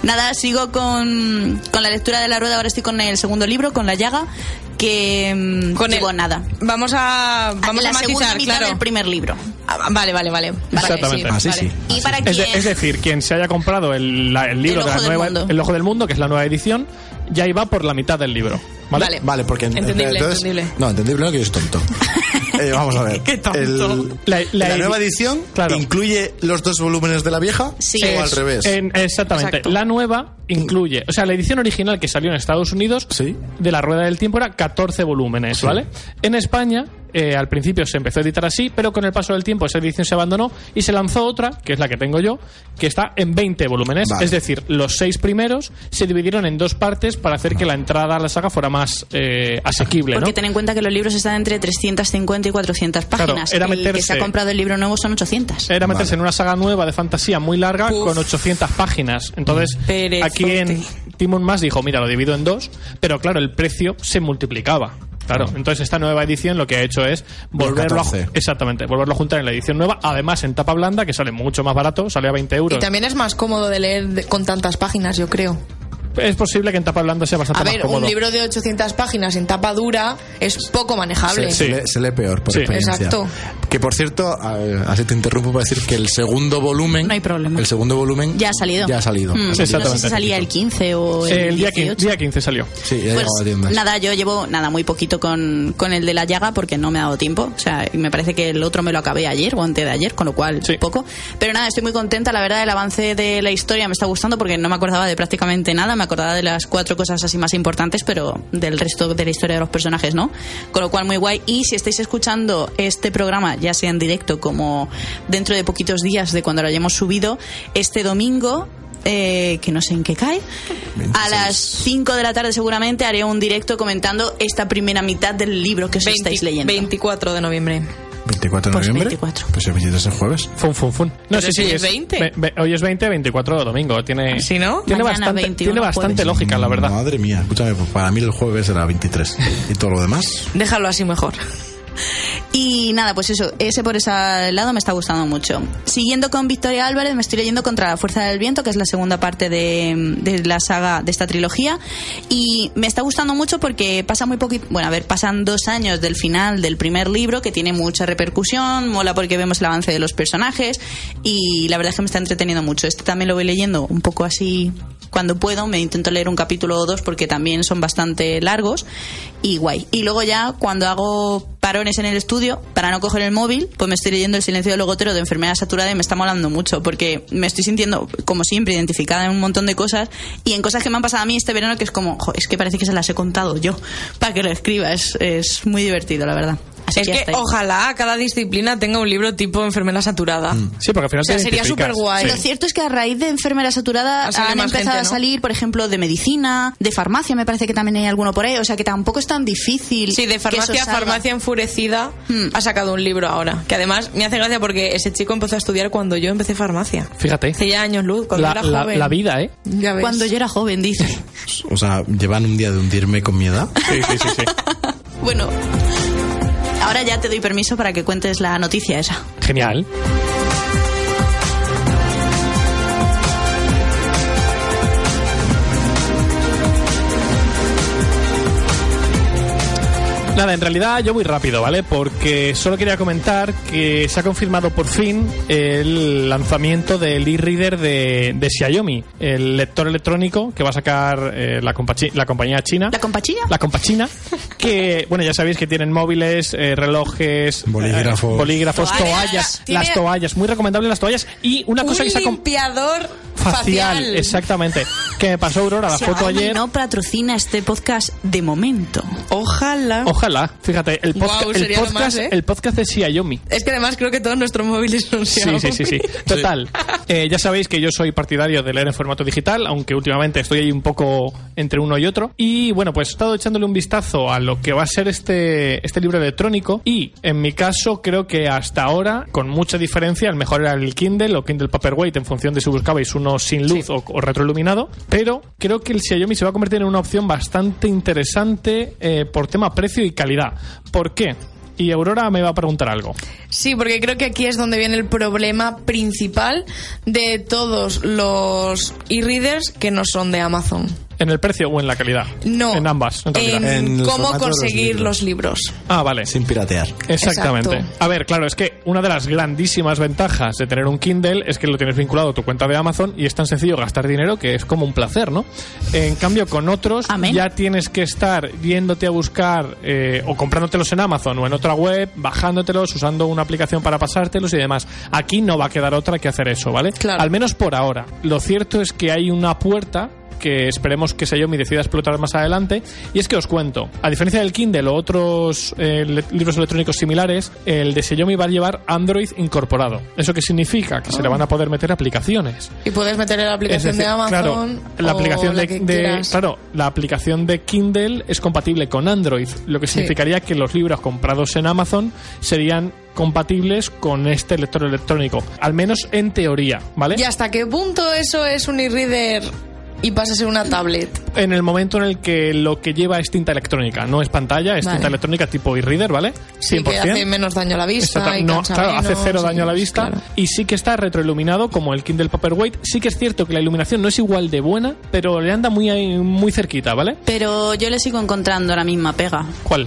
Speaker 1: Nada, sigo con, con la lectura de la rueda, ahora estoy con el segundo libro, con la llaga, que mm,
Speaker 4: Con
Speaker 1: digo
Speaker 4: el-
Speaker 1: nada.
Speaker 4: Vamos a, vamos
Speaker 1: la
Speaker 4: a
Speaker 1: segunda
Speaker 4: matizar,
Speaker 1: mitad
Speaker 4: claro.
Speaker 1: del primer libro.
Speaker 4: Ah, Vale, vale, vale. Vale,
Speaker 3: Exactamente. Ah,
Speaker 5: Así
Speaker 4: vale.
Speaker 5: sí.
Speaker 1: Y para
Speaker 3: Es,
Speaker 1: quien...
Speaker 3: de- es decir, quien se haya comprado el, la- el libro
Speaker 1: El Ojo
Speaker 3: de la
Speaker 1: del
Speaker 3: nueva,
Speaker 1: Mundo.
Speaker 3: El Ojo del Mundo, que es la nueva edición, ya iba por la mitad del libro. ¿Vale?
Speaker 4: Vale.
Speaker 5: Vale, porque...
Speaker 4: Entendible,
Speaker 5: entonces-
Speaker 4: entendible.
Speaker 5: No, entendible no, que yo soy tonto. Eh, vamos a ver.
Speaker 4: Qué tonto.
Speaker 5: El-
Speaker 3: La-
Speaker 5: la,
Speaker 3: la edi-
Speaker 5: nueva edición
Speaker 3: Claro.
Speaker 5: incluye los dos volúmenes de la vieja
Speaker 1: Sí.
Speaker 5: o al
Speaker 1: Es-
Speaker 5: revés.
Speaker 3: En- exactamente.
Speaker 4: Exacto.
Speaker 3: La nueva incluye, o sea, la edición original que salió en Estados Unidos
Speaker 5: Sí.
Speaker 3: de La Rueda del Tiempo era 14 volúmenes,
Speaker 5: Sí.
Speaker 3: ¿vale? En España, eh, al principio se empezó a editar así, pero con el paso del tiempo esa edición se abandonó y se lanzó otra, que es la que tengo yo, que está en 20 volúmenes.
Speaker 5: Vale.
Speaker 3: Es decir, los seis primeros se dividieron en dos partes para hacer que la entrada a la saga fuera más eh, asequible,
Speaker 1: Porque
Speaker 3: ¿no?
Speaker 1: ten en cuenta que los libros están entre 350 y 400
Speaker 3: Claro,
Speaker 1: páginas.
Speaker 3: era
Speaker 1: el que se
Speaker 3: meterse- Eh,
Speaker 1: ha comprado el libro nuevo son 800.
Speaker 3: Era meterse
Speaker 5: Vale.
Speaker 3: en una saga nueva de fantasía muy larga
Speaker 4: Uf.
Speaker 3: con 800 páginas. Entonces,
Speaker 4: Perezote.
Speaker 3: aquí en Timon Más dijo, mira, lo divido en dos, pero claro, el precio se multiplicaba. Claro, entonces esta nueva edición lo que ha hecho es volverlo a,
Speaker 5: 14.
Speaker 3: exactamente, volverlo a juntar en la edición nueva, además en tapa blanda, que sale mucho más barato, sale a 20 euros.
Speaker 4: Y también es más cómodo de leer de- con tantas páginas, yo creo.
Speaker 3: Es posible que en tapa blanda sea bastante
Speaker 4: A
Speaker 3: más
Speaker 4: ver,
Speaker 3: cómodo.
Speaker 4: un libro de 800 páginas en tapa dura es poco manejable.
Speaker 5: Se, se
Speaker 3: Sí.
Speaker 5: lee, se lee peor, por
Speaker 3: Sí.
Speaker 5: experiencia.
Speaker 4: Exacto.
Speaker 5: Que por cierto, a ver, así te interrumpo para decir que el segundo volumen.
Speaker 1: No hay problema.
Speaker 5: El segundo volumen.
Speaker 1: Ya ha salido.
Speaker 5: Ya ha salido.
Speaker 1: Mm,
Speaker 5: Ha
Speaker 1: no
Speaker 5: salido.
Speaker 1: sé
Speaker 3: Exactamente.
Speaker 1: si salía el 15 o el,
Speaker 3: El día,
Speaker 1: 18.
Speaker 3: 15, día 15 salió.
Speaker 5: Sí, ya ha
Speaker 1: Pues
Speaker 5: llegado a tiendas.
Speaker 1: nada, yo llevo nada muy poquito con, con el de la llaga porque no me ha dado tiempo. O sea, y me parece que el otro me lo acabé ayer o antes de ayer, con lo cual
Speaker 3: Sí.
Speaker 1: poco. Pero nada, estoy muy contenta. La verdad, el avance de la historia me está gustando porque no me acordaba de prácticamente nada. Me acordaba de las cuatro cosas así más importantes, pero del resto de la historia de los personajes no. Con lo cual, muy guay. Y si estáis escuchando este programa, ya sea en directo como dentro de poquitos días de cuando lo hayamos subido, este domingo eh, que no sé en qué cae.
Speaker 5: 26.
Speaker 1: A las 5 de la tarde seguramente haré un directo comentando esta primera mitad del libro que os estáis leyendo.
Speaker 4: 24 de noviembre.
Speaker 5: 24 de
Speaker 1: Pues
Speaker 5: noviembre.
Speaker 1: 24.
Speaker 5: Pues el 23 es jueves.
Speaker 3: Fun, fun, fun. No,
Speaker 4: Pero si hoy es 20.
Speaker 3: ve- ve- hoy es 20, 24 domingo. Tiene,
Speaker 4: ¿Sí, no? pues.
Speaker 3: tiene
Speaker 1: Mañana
Speaker 3: bastante,
Speaker 1: 21
Speaker 3: tiene bastante
Speaker 1: jueves.
Speaker 3: lógica, la verdad.
Speaker 5: Madre mía, escúchame, pues para mí el jueves era 23. ¿Y todo lo demás?
Speaker 4: Déjalo así mejor.
Speaker 1: Y nada, pues eso, ese por ese lado me está gustando mucho. Siguiendo con Victoria Álvarez, me estoy leyendo Contra la Fuerza del Viento, que es la segunda parte de, de la saga de esta trilogía. Y me está gustando mucho porque pasa muy poquito. Bueno, a ver, pasan dos años del final del primer libro, que tiene mucha repercusión, mola porque vemos el avance de los personajes. Y la verdad es que me está entreteniendo mucho. Este también lo voy leyendo un poco así cuando puedo, me intento leer un capítulo o dos porque también son bastante largos y guay. Y luego ya cuando hago parones en el estudio para no coger el móvil, pues me estoy leyendo El silencio del logotero de Enfermedad Saturada y me está molando mucho porque me estoy sintiendo como siempre identificada en un montón de cosas y en cosas que me han pasado a mí este verano que es como, "Jo, es que parece que se las he contado yo para que lo escriba, es, es muy divertido la verdad. Así
Speaker 4: es
Speaker 1: ya
Speaker 4: que
Speaker 1: está ahí.
Speaker 4: ojalá cada disciplina tenga un libro tipo enfermera saturada.
Speaker 3: Sí, porque al final
Speaker 4: O sea,
Speaker 3: te
Speaker 4: sería
Speaker 3: identificas.
Speaker 4: superguay.
Speaker 3: Sí.
Speaker 1: Lo cierto es que a raíz de enfermera saturada
Speaker 4: Ha salido
Speaker 1: han
Speaker 4: más
Speaker 1: empezado
Speaker 4: gente,
Speaker 1: a
Speaker 4: ¿no?
Speaker 1: salir, por ejemplo, de medicina, de farmacia, me parece que también hay alguno por ahí. O sea que tampoco es tan difícil.
Speaker 4: Sí,
Speaker 1: que
Speaker 4: de
Speaker 1: eso
Speaker 4: farmacia a
Speaker 1: salga.
Speaker 4: farmacia enfurecida
Speaker 1: Hmm.
Speaker 4: ha sacado un libro ahora. Que además me hace gracia porque ese chico empezó a estudiar cuando yo empecé farmacia.
Speaker 3: Fíjate.
Speaker 4: Hace ya años luz, cuando
Speaker 3: La,
Speaker 4: era
Speaker 3: la-
Speaker 4: joven.
Speaker 3: la vida, ¿eh?
Speaker 4: Ya ves.
Speaker 1: Cuando yo era joven, dice.
Speaker 5: O sea, llevan un día de hundirme con mi edad.
Speaker 3: Sí, sí, sí. sí.
Speaker 1: Bueno, ahora ya te doy permiso para que cuentes la noticia esa.
Speaker 3: Genial. Nada, en realidad yo voy rápido, ¿vale? Porque solo quería comentar que se ha confirmado por fin el lanzamiento del e-reader de, de Xiaomi, el lector electrónico que va a sacar eh, la, compachi- la compañía china.
Speaker 1: ¿La compachilla?
Speaker 3: La compachina, que, bueno, ya sabéis que tienen móviles, eh, relojes,
Speaker 5: Bolígrafos.
Speaker 3: eh, bolígrafos,
Speaker 4: Toallas.
Speaker 3: toallas,
Speaker 4: Tiene-
Speaker 3: las toallas, muy recomendables las toallas y una cosa
Speaker 4: un
Speaker 3: que se ha com-
Speaker 4: limpiador
Speaker 3: facial, exactamente, que me pasó Aurora la
Speaker 1: Si
Speaker 3: foto
Speaker 1: Xiaomi
Speaker 3: ayer.
Speaker 1: no patrocina este podcast de momento.
Speaker 4: Ojalá.
Speaker 3: Ojalá, fíjate, el, podca-
Speaker 4: Guau,
Speaker 3: el
Speaker 4: sería lo
Speaker 3: podcast,
Speaker 4: más, ¿eh?
Speaker 3: el podcast de Xiaomi.
Speaker 4: Es que además creo que todos nuestros móviles son
Speaker 3: Sí, sí, sí, sí. Total. eh, ya sabéis que yo soy partidario de leer en formato digital, aunque últimamente estoy ahí un poco entre uno y otro. Y bueno, pues he estado echándole un vistazo a lo que va a ser este, este libro electrónico. Y en mi caso, creo que hasta ahora, con mucha diferencia, el mejor era el Kindle o Kindle Paperweight, en función de si buscabais uno sin luz o, o retroiluminado. Pero creo que el Xiaomi se va a convertir en una opción bastante interesante eh, por tema precio y calidad. ¿Por qué? Y Aurora me va a preguntar algo.
Speaker 4: Sí, porque creo que aquí es donde viene el problema principal de todos los e-readers que no son de Amazon.
Speaker 3: ¿En el precio o en la calidad?
Speaker 4: No.
Speaker 3: En ambas, en realidad.
Speaker 4: En
Speaker 5: En el
Speaker 4: cómo
Speaker 5: formato de los
Speaker 4: conseguir los libros.
Speaker 3: Ah, vale.
Speaker 5: Sin piratear.
Speaker 3: Exactamente.
Speaker 4: Exacto.
Speaker 3: A ver, claro, es que una de las grandísimas ventajas de tener un Kindle es que lo tienes vinculado a tu cuenta de Amazon y es tan sencillo gastar dinero que es como un placer, ¿no? En cambio, con otros
Speaker 1: Amén.
Speaker 3: ya tienes que estar yéndote a buscar eh, o comprándotelos en Amazon o en otra web, bajándotelos, usando una aplicación para pasártelos y demás. Aquí no va a quedar otra que hacer eso, ¿vale?
Speaker 4: Claro.
Speaker 3: Al menos por ahora. Lo cierto es que hay una puerta que esperemos que Xiaomi decida explotar más adelante. Y es que os cuento, a diferencia del Kindle o otros eh, le- libros electrónicos similares, el de Xiaomi va a llevar Android incorporado. ¿Eso qué significa? Que se le van a poder meter aplicaciones.
Speaker 4: Y puedes meter la aplicación
Speaker 3: Es decir,
Speaker 4: de Amazon.
Speaker 3: Claro, la
Speaker 4: o
Speaker 3: aplicación
Speaker 4: la
Speaker 3: de,
Speaker 4: que
Speaker 3: de-
Speaker 4: quieras.
Speaker 3: claro, la aplicación de Kindle es compatible con Android, lo que significaría que los libros comprados en Amazon serían compatibles con este lector electrónico, al menos en teoría, ¿vale?
Speaker 4: ¿Y hasta qué punto eso es un e-reader y pasa a ser una tablet?
Speaker 3: en el momento en el que lo que lleva es tinta electrónica, no es pantalla, es
Speaker 4: Vale.
Speaker 3: tinta electrónica tipo e-reader, ¿vale? 100%.
Speaker 4: Sí, que hace menos daño a la vista.
Speaker 3: Exacta-
Speaker 4: y
Speaker 3: no,
Speaker 4: cansa
Speaker 3: claro, hace
Speaker 4: menos,
Speaker 3: cero daño a la
Speaker 4: y- pues
Speaker 3: vista
Speaker 4: claro.
Speaker 3: y sí que está retroiluminado como el Kindle Paperweight. Sí que es cierto que la iluminación no es igual de buena, pero le anda muy, ahí- muy cerquita, ¿vale?
Speaker 1: Pero yo le sigo encontrando la misma pega.
Speaker 3: ¿Cuál?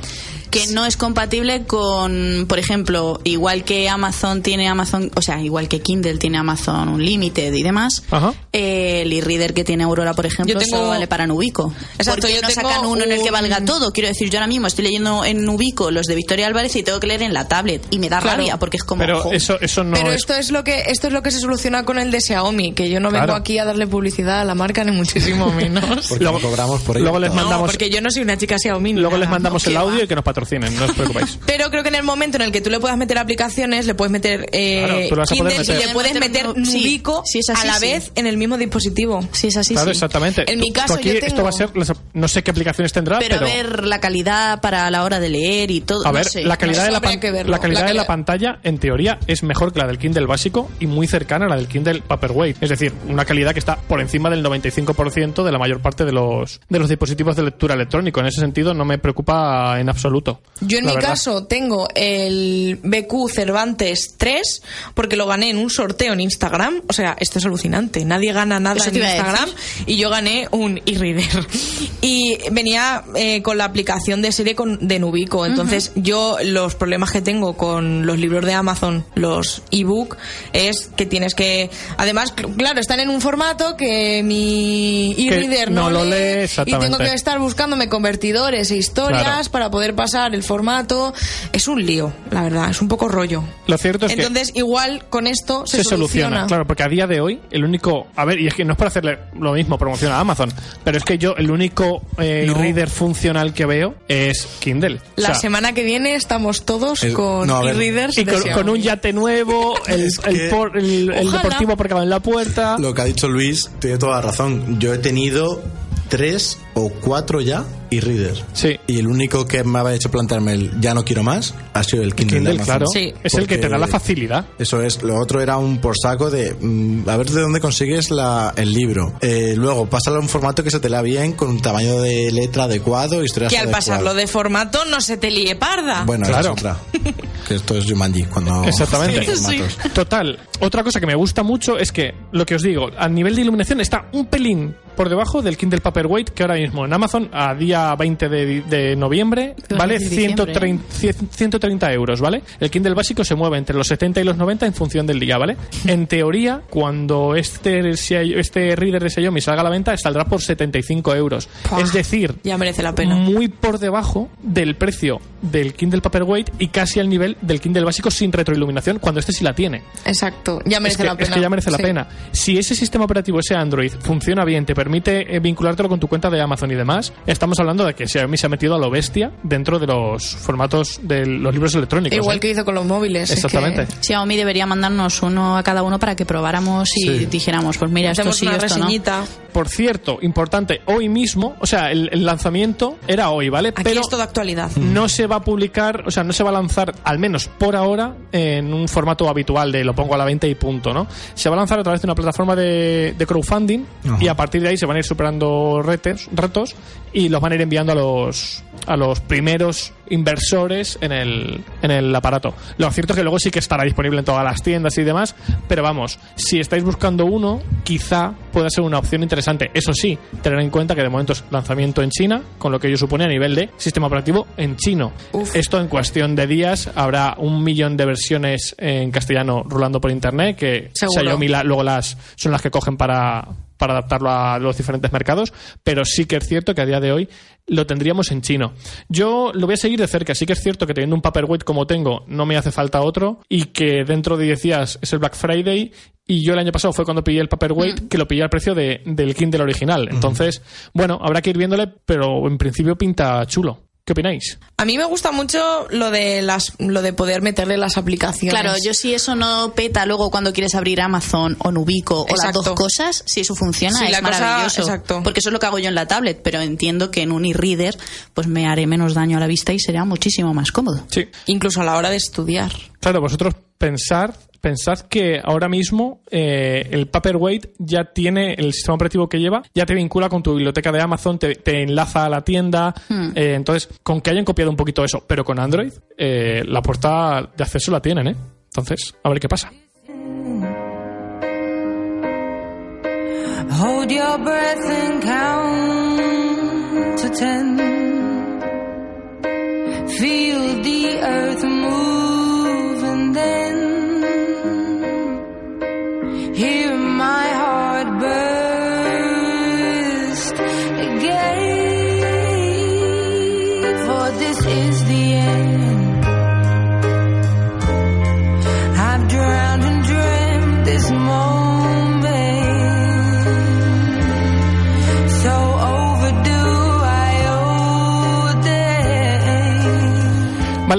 Speaker 1: que no es compatible con, por ejemplo, igual que Amazon tiene Amazon, o sea, igual que Kindle tiene Amazon Unlimited y demás,
Speaker 3: Ajá.
Speaker 1: eh, el e-reader que tiene Aurora, por ejemplo,
Speaker 4: Yo tengo-
Speaker 1: solo vale para Nubico.
Speaker 4: Exacto,
Speaker 1: ¿Por qué
Speaker 4: yo
Speaker 1: no
Speaker 4: tengo
Speaker 1: sacan uno en el que
Speaker 4: un-
Speaker 1: valga todo? Quiero decir, yo ahora mismo estoy leyendo en Nubico los de Victoria Álvarez y tengo que leer en la tablet y me da
Speaker 4: Claro.
Speaker 1: rabia porque es como...
Speaker 3: Pero
Speaker 1: jo.
Speaker 3: eso, eso no
Speaker 4: Pero
Speaker 3: es...
Speaker 4: esto es lo que esto es lo que se soluciona con el de Xiaomi, que yo no vengo
Speaker 3: Claro.
Speaker 4: aquí a darle publicidad a la marca ni muchísimo menos.
Speaker 5: Porque no cobramos por ello.
Speaker 3: Luego les
Speaker 5: No,
Speaker 3: mandamos,
Speaker 4: porque yo no soy una chica Xiaomi. ni
Speaker 3: luego les
Speaker 4: nada,
Speaker 3: mandamos
Speaker 4: ¿no?
Speaker 3: el
Speaker 4: ¿Qué
Speaker 3: audio
Speaker 4: va?
Speaker 3: y que nos patrocinen, no os preocupéis.
Speaker 4: Pero creo que en el momento en el que tú le puedas meter aplicaciones, le puedes meter eh,
Speaker 3: Claro, tú lo vas a poder
Speaker 4: Kindle
Speaker 3: meter.
Speaker 4: y le puedes meter
Speaker 1: Sí,
Speaker 4: Nubico
Speaker 1: si es así,
Speaker 4: a la
Speaker 1: sí.
Speaker 4: vez en el mismo dispositivo.
Speaker 1: Si es así,
Speaker 3: claro,
Speaker 1: sí.
Speaker 3: exactamente.
Speaker 4: En mi
Speaker 3: Tú- tú
Speaker 4: caso,
Speaker 3: aquí
Speaker 4: yo tengo-
Speaker 3: esto va a ser, las- no sé qué aplicaciones tendrá,
Speaker 1: Pero,
Speaker 3: pero,
Speaker 1: a ver la calidad para la hora de leer y todo.
Speaker 3: a ver,
Speaker 1: no sé.
Speaker 3: la calidad
Speaker 4: eso
Speaker 3: de la
Speaker 4: habría
Speaker 3: pan-
Speaker 4: que verlo.
Speaker 3: la calidad
Speaker 4: La
Speaker 3: de la
Speaker 4: calidad-
Speaker 3: pantalla en teoría es mejor que la del Kindle básico y muy cercana a la del Kindle Paperweight, es decir, una calidad que está por encima del 95% de la mayor parte de los de los dispositivos de lectura electrónico. En ese sentido no me preocupa en absoluto.
Speaker 4: Yo en
Speaker 3: la
Speaker 4: mi
Speaker 3: verdad.
Speaker 4: caso tengo el BQ Cervantes 3 porque lo gané en un sorteo en Instagram. O sea, esto es alucinante. Nadie gana nada
Speaker 1: Eso
Speaker 4: en
Speaker 1: te iba a
Speaker 4: Instagram y yo gané un e-reader. Y venía eh, con la aplicación de serie con, de Nubico. Entonces yo los problemas que tengo con los libros de Amazon, los ebook, es que tienes que... Además, cl- claro, están en un formato que mi e-reader
Speaker 3: no
Speaker 4: no,
Speaker 3: lo lee,
Speaker 4: y tengo
Speaker 3: exactamente.
Speaker 4: que estar buscándome convertidores e historias
Speaker 3: Claro.
Speaker 4: para poder pasar el formato. Es un lío, la verdad, es un poco rollo.
Speaker 3: Lo cierto es que
Speaker 4: Entonces, igual con esto se,
Speaker 3: se soluciona, claro, porque a día de hoy el único, a ver, y es que no es para hacerle lo mismo promoción a Amazon, pero es que yo el único eh, reader funcional que veo es Kindle.
Speaker 4: La
Speaker 3: O sea,
Speaker 4: semana que viene estamos todos
Speaker 5: El-
Speaker 4: con
Speaker 5: no, a ver.
Speaker 4: e-readers.
Speaker 3: y
Speaker 4: de
Speaker 3: con,
Speaker 4: Xiaomi.
Speaker 3: con un yate nuevo, el,
Speaker 5: Es que-
Speaker 3: el por- el- el
Speaker 4: Ojalá.
Speaker 3: deportivo aparcado en la puerta.
Speaker 5: Lo que ha dicho Luis tiene toda la razón. Yo he tenido tres o cuatro ya y reader.
Speaker 3: Sí.
Speaker 5: Y el único que me había hecho plantearme el ya no quiero más ha sido el Kindle. de
Speaker 3: Kindle,
Speaker 5: Amazon.
Speaker 3: claro,
Speaker 4: Sí.
Speaker 3: es el que te da la
Speaker 5: Porque-
Speaker 3: facilidad.
Speaker 5: Eso es, lo otro era un por saco de mm, a ver de dónde consigues la, el libro. Eh, luego, pásalo a un formato que se te lea bien, con un tamaño de letra adecuado, historias
Speaker 4: que al
Speaker 5: adecuadas.
Speaker 4: pasarlo de formato no se te líe parda.
Speaker 5: Bueno,
Speaker 3: Claro.
Speaker 5: claro. Que esto es Jumanji, cuando...
Speaker 3: Exactamente.
Speaker 5: los
Speaker 4: Sí.
Speaker 5: formatos.
Speaker 3: Total, otra cosa que me gusta mucho es que, lo que os digo, a nivel de iluminación está un pelín por debajo del Kindle Paperweight, que ahora mismo en Amazon, a día 20 de, de noviembre,
Speaker 1: Qué
Speaker 3: vale
Speaker 1: bonito, en
Speaker 4: ¿eh?
Speaker 3: 130, 130 euros, ¿vale? El Kindle básico se mueve entre los 70 y los 90 en función del día, ¿vale? En teoría, cuando este, Xia- este reader de Xiaomi salga a la venta, saldrá por 75 euros.
Speaker 4: Pua,
Speaker 3: Es decir,
Speaker 4: Ya merece la pena.
Speaker 3: muy por debajo del precio del Kindle Paperweight y casi al nivel del Kindle básico sin retroiluminación, cuando este sí la tiene.
Speaker 4: Exacto, ya
Speaker 3: Es
Speaker 4: merece
Speaker 3: que,
Speaker 4: la pena.
Speaker 3: es que ya merece la
Speaker 4: Sí.
Speaker 3: pena. Si ese sistema operativo, ese Android, funciona bien, te permite eh, vinculártelo con tu cuenta de Amazon y demás, estamos hablando de que Xiaomi se ha metido a lo bestia dentro de los formatos de los libros electrónicos.
Speaker 4: E Igual
Speaker 3: ¿eh?
Speaker 4: que hizo con los móviles. es que-
Speaker 3: Exactamente.
Speaker 1: Xiaomi debería mandarnos uno a cada uno para que probáramos y
Speaker 5: Sí.
Speaker 1: dijéramos, pues mira, esto
Speaker 4: Hacemos
Speaker 1: sí,
Speaker 4: una
Speaker 1: esto no.
Speaker 4: reseñita.
Speaker 3: Por cierto, importante, hoy mismo, o sea, el, el lanzamiento era hoy, ¿vale?
Speaker 4: Aquí
Speaker 3: Pero
Speaker 4: es todo actualidad.
Speaker 3: no se va a publicar, o sea, no se va a lanzar, al menos por ahora, en un formato habitual de lo pongo a la venta y punto, ¿no? Se va a lanzar a través de una plataforma de, de crowdfunding
Speaker 5: Ajá.
Speaker 3: y a partir de ahí se van a ir superando retes, retos y los van a ir enviando a los a los primeros inversores en el, en el aparato. Lo cierto es que luego sí que estará disponible en todas las tiendas y demás, pero vamos, si estáis buscando uno, quizá pueda ser una opción interesante. Eso sí, tener en cuenta que de momento es lanzamiento en China, con lo que ello supone a nivel de sistema operativo en chino.
Speaker 4: Uf.
Speaker 3: Esto en cuestión de días habrá un millón de versiones en castellano rulando por internet, que
Speaker 4: Seguro.
Speaker 3: Xiaomi la- luego las son las que cogen para, para adaptarlo a los diferentes mercados, pero sí que es cierto que a día de hoy lo tendríamos en chino. Yo lo voy a seguir de cerca, sí que es cierto que teniendo un paperweight como tengo no me hace falta otro y que dentro de 10 días es el Black Friday y yo el año pasado fue cuando pillé el paperweight que lo pillé al precio de- del Kindle original. Entonces, bueno, habrá que ir viéndole, pero en principio pinta chulo. ¿Qué opináis?
Speaker 4: A mí me gusta mucho lo de las lo de poder meterle las aplicaciones.
Speaker 1: Claro, yo si eso no peta luego cuando quieres abrir Amazon o Nubico o las
Speaker 4: Exacto.
Speaker 1: dos cosas, si eso funciona
Speaker 4: Sí,
Speaker 1: es
Speaker 4: la cosa-
Speaker 1: maravilloso.
Speaker 4: exacto.
Speaker 1: Porque eso es lo que hago yo en la tablet, pero entiendo que en un e-reader pues me haré menos daño a la vista y será muchísimo más cómodo.
Speaker 3: Sí,
Speaker 4: incluso a la hora de estudiar.
Speaker 3: Claro, vosotros pensar, pensad que ahora mismo eh, el Paperweight ya tiene el sistema operativo que lleva, ya te vincula con tu biblioteca de Amazon, te, te enlaza a la tienda.
Speaker 1: Hmm.
Speaker 3: eh, entonces, con que hayan copiado un poquito eso, pero con Android, eh, la puerta de acceso la tienen, ¿eh? Entonces, a ver qué pasa.
Speaker 6: Hold your breath and count to ten. Feel the earth move and then hear my heart burst again. For this is the end. I've drowned and dreamt this moment. So overdue, I owe them.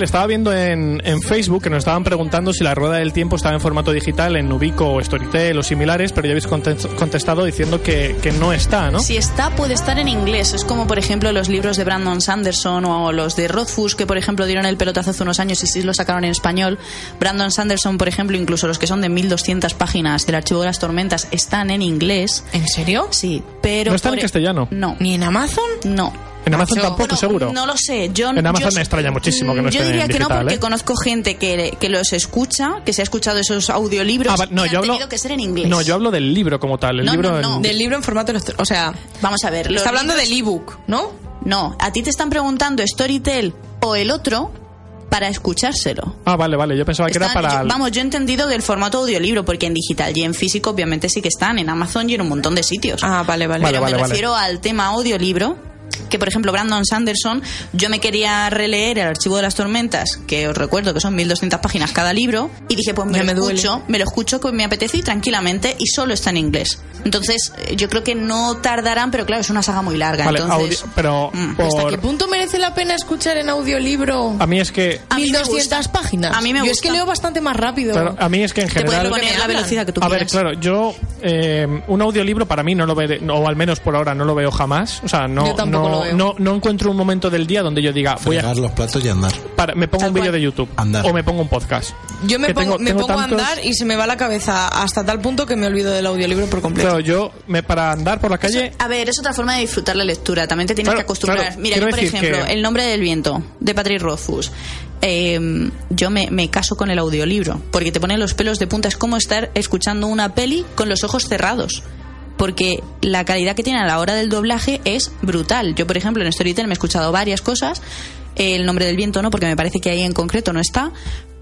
Speaker 3: estaba viendo en, en Facebook que nos estaban preguntando si la rueda del tiempo estaba en formato digital, en Ubico o Storytel o similares, pero ya habéis conte- contestado diciendo que, que no está, ¿no?
Speaker 1: Si está, puede estar en inglés. Es como, por ejemplo, los libros de Brandon Sanderson o los de Rothfuss, que, por ejemplo, dieron el pelotazo hace unos años y sí lo sacaron en español. Brandon Sanderson, por ejemplo, incluso los que son de 1200 páginas del Archivo de las Tormentas, están en inglés.
Speaker 4: ¿En serio?
Speaker 1: Sí, pero...
Speaker 3: ¿No está en
Speaker 1: por- e-
Speaker 3: castellano?
Speaker 1: No,
Speaker 4: ¿Ni en Amazon?
Speaker 1: no.
Speaker 3: En Amazon
Speaker 4: Macho.
Speaker 3: tampoco,
Speaker 1: Bueno,
Speaker 3: seguro.
Speaker 1: No lo sé. Yo,
Speaker 3: En Amazon
Speaker 1: yo-
Speaker 3: me extraña muchísimo que no
Speaker 1: Yo
Speaker 3: estén en
Speaker 1: diría que no,
Speaker 3: digital,
Speaker 1: porque
Speaker 3: ¿eh?
Speaker 1: conozco gente que, que los escucha, que se ha escuchado esos audiolibros
Speaker 3: Ah, va- no,
Speaker 1: y
Speaker 3: yo
Speaker 1: han
Speaker 3: hablo,
Speaker 1: tenido que ser en inglés.
Speaker 3: No, yo hablo del libro como tal. El
Speaker 1: No,
Speaker 3: libro
Speaker 1: no,
Speaker 3: en-
Speaker 1: no.
Speaker 4: Del libro en formato electrónico. O sea,
Speaker 1: Vamos a ver. los
Speaker 4: está hablando del ebook, ¿no?
Speaker 1: No, a ti te están preguntando Storytel o el otro para escuchárselo.
Speaker 3: Ah, vale, vale. Yo pensaba que era
Speaker 1: Están-
Speaker 3: para.
Speaker 1: yo-
Speaker 3: el-
Speaker 1: vamos, yo he entendido del formato audiolibro, porque en digital y en físico obviamente sí que están, en Amazon y en un montón de sitios.
Speaker 4: Ah, vale, vale.
Speaker 3: Vale,
Speaker 1: Pero
Speaker 3: vale,
Speaker 1: me
Speaker 3: vale.
Speaker 1: refiero al tema audiolibro, que por ejemplo Brandon Sanderson, yo me quería releer el archivo de las tormentas, que os recuerdo que son 1200 páginas cada libro, y dije, pues me,
Speaker 4: Ya
Speaker 1: lo
Speaker 4: me duele.
Speaker 1: escucho, me lo escucho que me apetece y tranquilamente, y solo está en inglés. Entonces, eh, yo creo que no tardarán, pero claro, es una saga muy larga.
Speaker 3: Vale,
Speaker 1: entonces,
Speaker 3: audio- pero
Speaker 1: Mm.
Speaker 3: por-
Speaker 4: ¿Hasta qué punto merece la pena escuchar en audiolibro
Speaker 3: A mí es que.
Speaker 1: A mí me
Speaker 4: 1200
Speaker 1: gusta.
Speaker 4: páginas?
Speaker 1: A mí me
Speaker 4: Yo es
Speaker 1: gusta.
Speaker 4: que leo bastante más rápido.
Speaker 3: claro, a mí es que en
Speaker 1: te puedes
Speaker 3: general.
Speaker 1: poner
Speaker 4: me
Speaker 1: la
Speaker 4: hablan.
Speaker 1: velocidad que tú
Speaker 3: A
Speaker 1: quieras.
Speaker 3: ver, claro, yo eh, un audiolibro para mí no lo veré, o al menos por ahora no lo veo jamás. O sea, no,
Speaker 4: Yo tampoco
Speaker 3: no,
Speaker 4: lo veo.
Speaker 3: no, no encuentro un momento del día donde yo diga, voy a,
Speaker 5: Fregar los platos y andar.
Speaker 3: para- me pongo
Speaker 4: Tal
Speaker 3: un vídeo
Speaker 4: cual.
Speaker 3: de YouTube
Speaker 5: Andar.
Speaker 3: o me pongo un podcast.
Speaker 4: Yo me
Speaker 3: Que
Speaker 4: pongo,
Speaker 3: tengo-
Speaker 4: me
Speaker 3: tengo
Speaker 4: pongo a
Speaker 3: tantos-
Speaker 4: andar y se me va la cabeza hasta tal punto que me olvido del audiolibro por completo.
Speaker 3: Claro, yo me, para andar por la calle
Speaker 1: A ver, es otra forma de disfrutar la lectura. También te tienes
Speaker 3: Claro,
Speaker 1: que acostumbrar.
Speaker 3: claro.
Speaker 1: Mira,
Speaker 3: Quiero
Speaker 1: yo, por
Speaker 3: decir
Speaker 1: ejemplo,
Speaker 3: que-
Speaker 1: El nombre del viento, de Patrick Rothfuss. Eh, yo me, me caso con el audiolibro, porque te ponen los pelos de punta. Es como estar escuchando una peli con los ojos cerrados. Porque la calidad que tiene a la hora del doblaje es brutal. Yo, por ejemplo, en Storytel me he escuchado varias cosas. El nombre del viento no, porque me parece que ahí en concreto no está.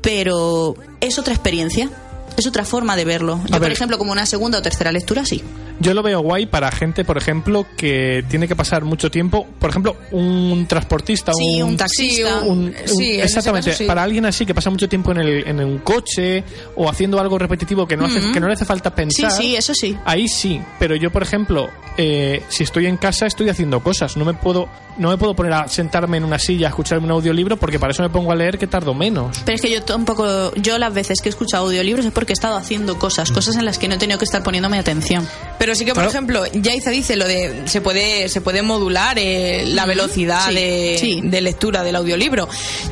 Speaker 1: Pero es otra experiencia. Es otra forma de verlo. Yo, por
Speaker 3: ver.
Speaker 1: ejemplo, como una segunda o tercera lectura, sí.
Speaker 3: Yo lo veo guay para gente, por ejemplo, que tiene que pasar mucho tiempo. Por ejemplo, un transportista,
Speaker 1: Sí, un
Speaker 3: taxi.
Speaker 1: taxista.
Speaker 4: un- sí, en ese
Speaker 3: exactamente,
Speaker 4: caso sí.
Speaker 3: para alguien así que pasa mucho tiempo en, el, en un coche o haciendo algo repetitivo que no, hace, que no le hace falta
Speaker 1: Sí,
Speaker 3: pensar.
Speaker 1: sí, eso sí.
Speaker 3: Ahí sí, pero yo, por ejemplo, eh, si estoy en casa, estoy haciendo cosas. No me puedo no me puedo poner a sentarme en una silla a escucharme un audiolibro porque para eso me pongo a leer que tardo menos.
Speaker 1: Pero es que yo tampoco, yo las veces que he escuchado audiolibros es porque he estado haciendo cosas, cosas en las que no he tenido que estar poniéndome atención.
Speaker 4: Pero sí que, por
Speaker 3: Claro.
Speaker 4: ejemplo, Yaiza dice lo de se puede se puede modular eh, la
Speaker 1: Ujú,
Speaker 4: velocidad
Speaker 1: sí,
Speaker 4: de,
Speaker 1: sí.
Speaker 4: de lectura del audiolibro.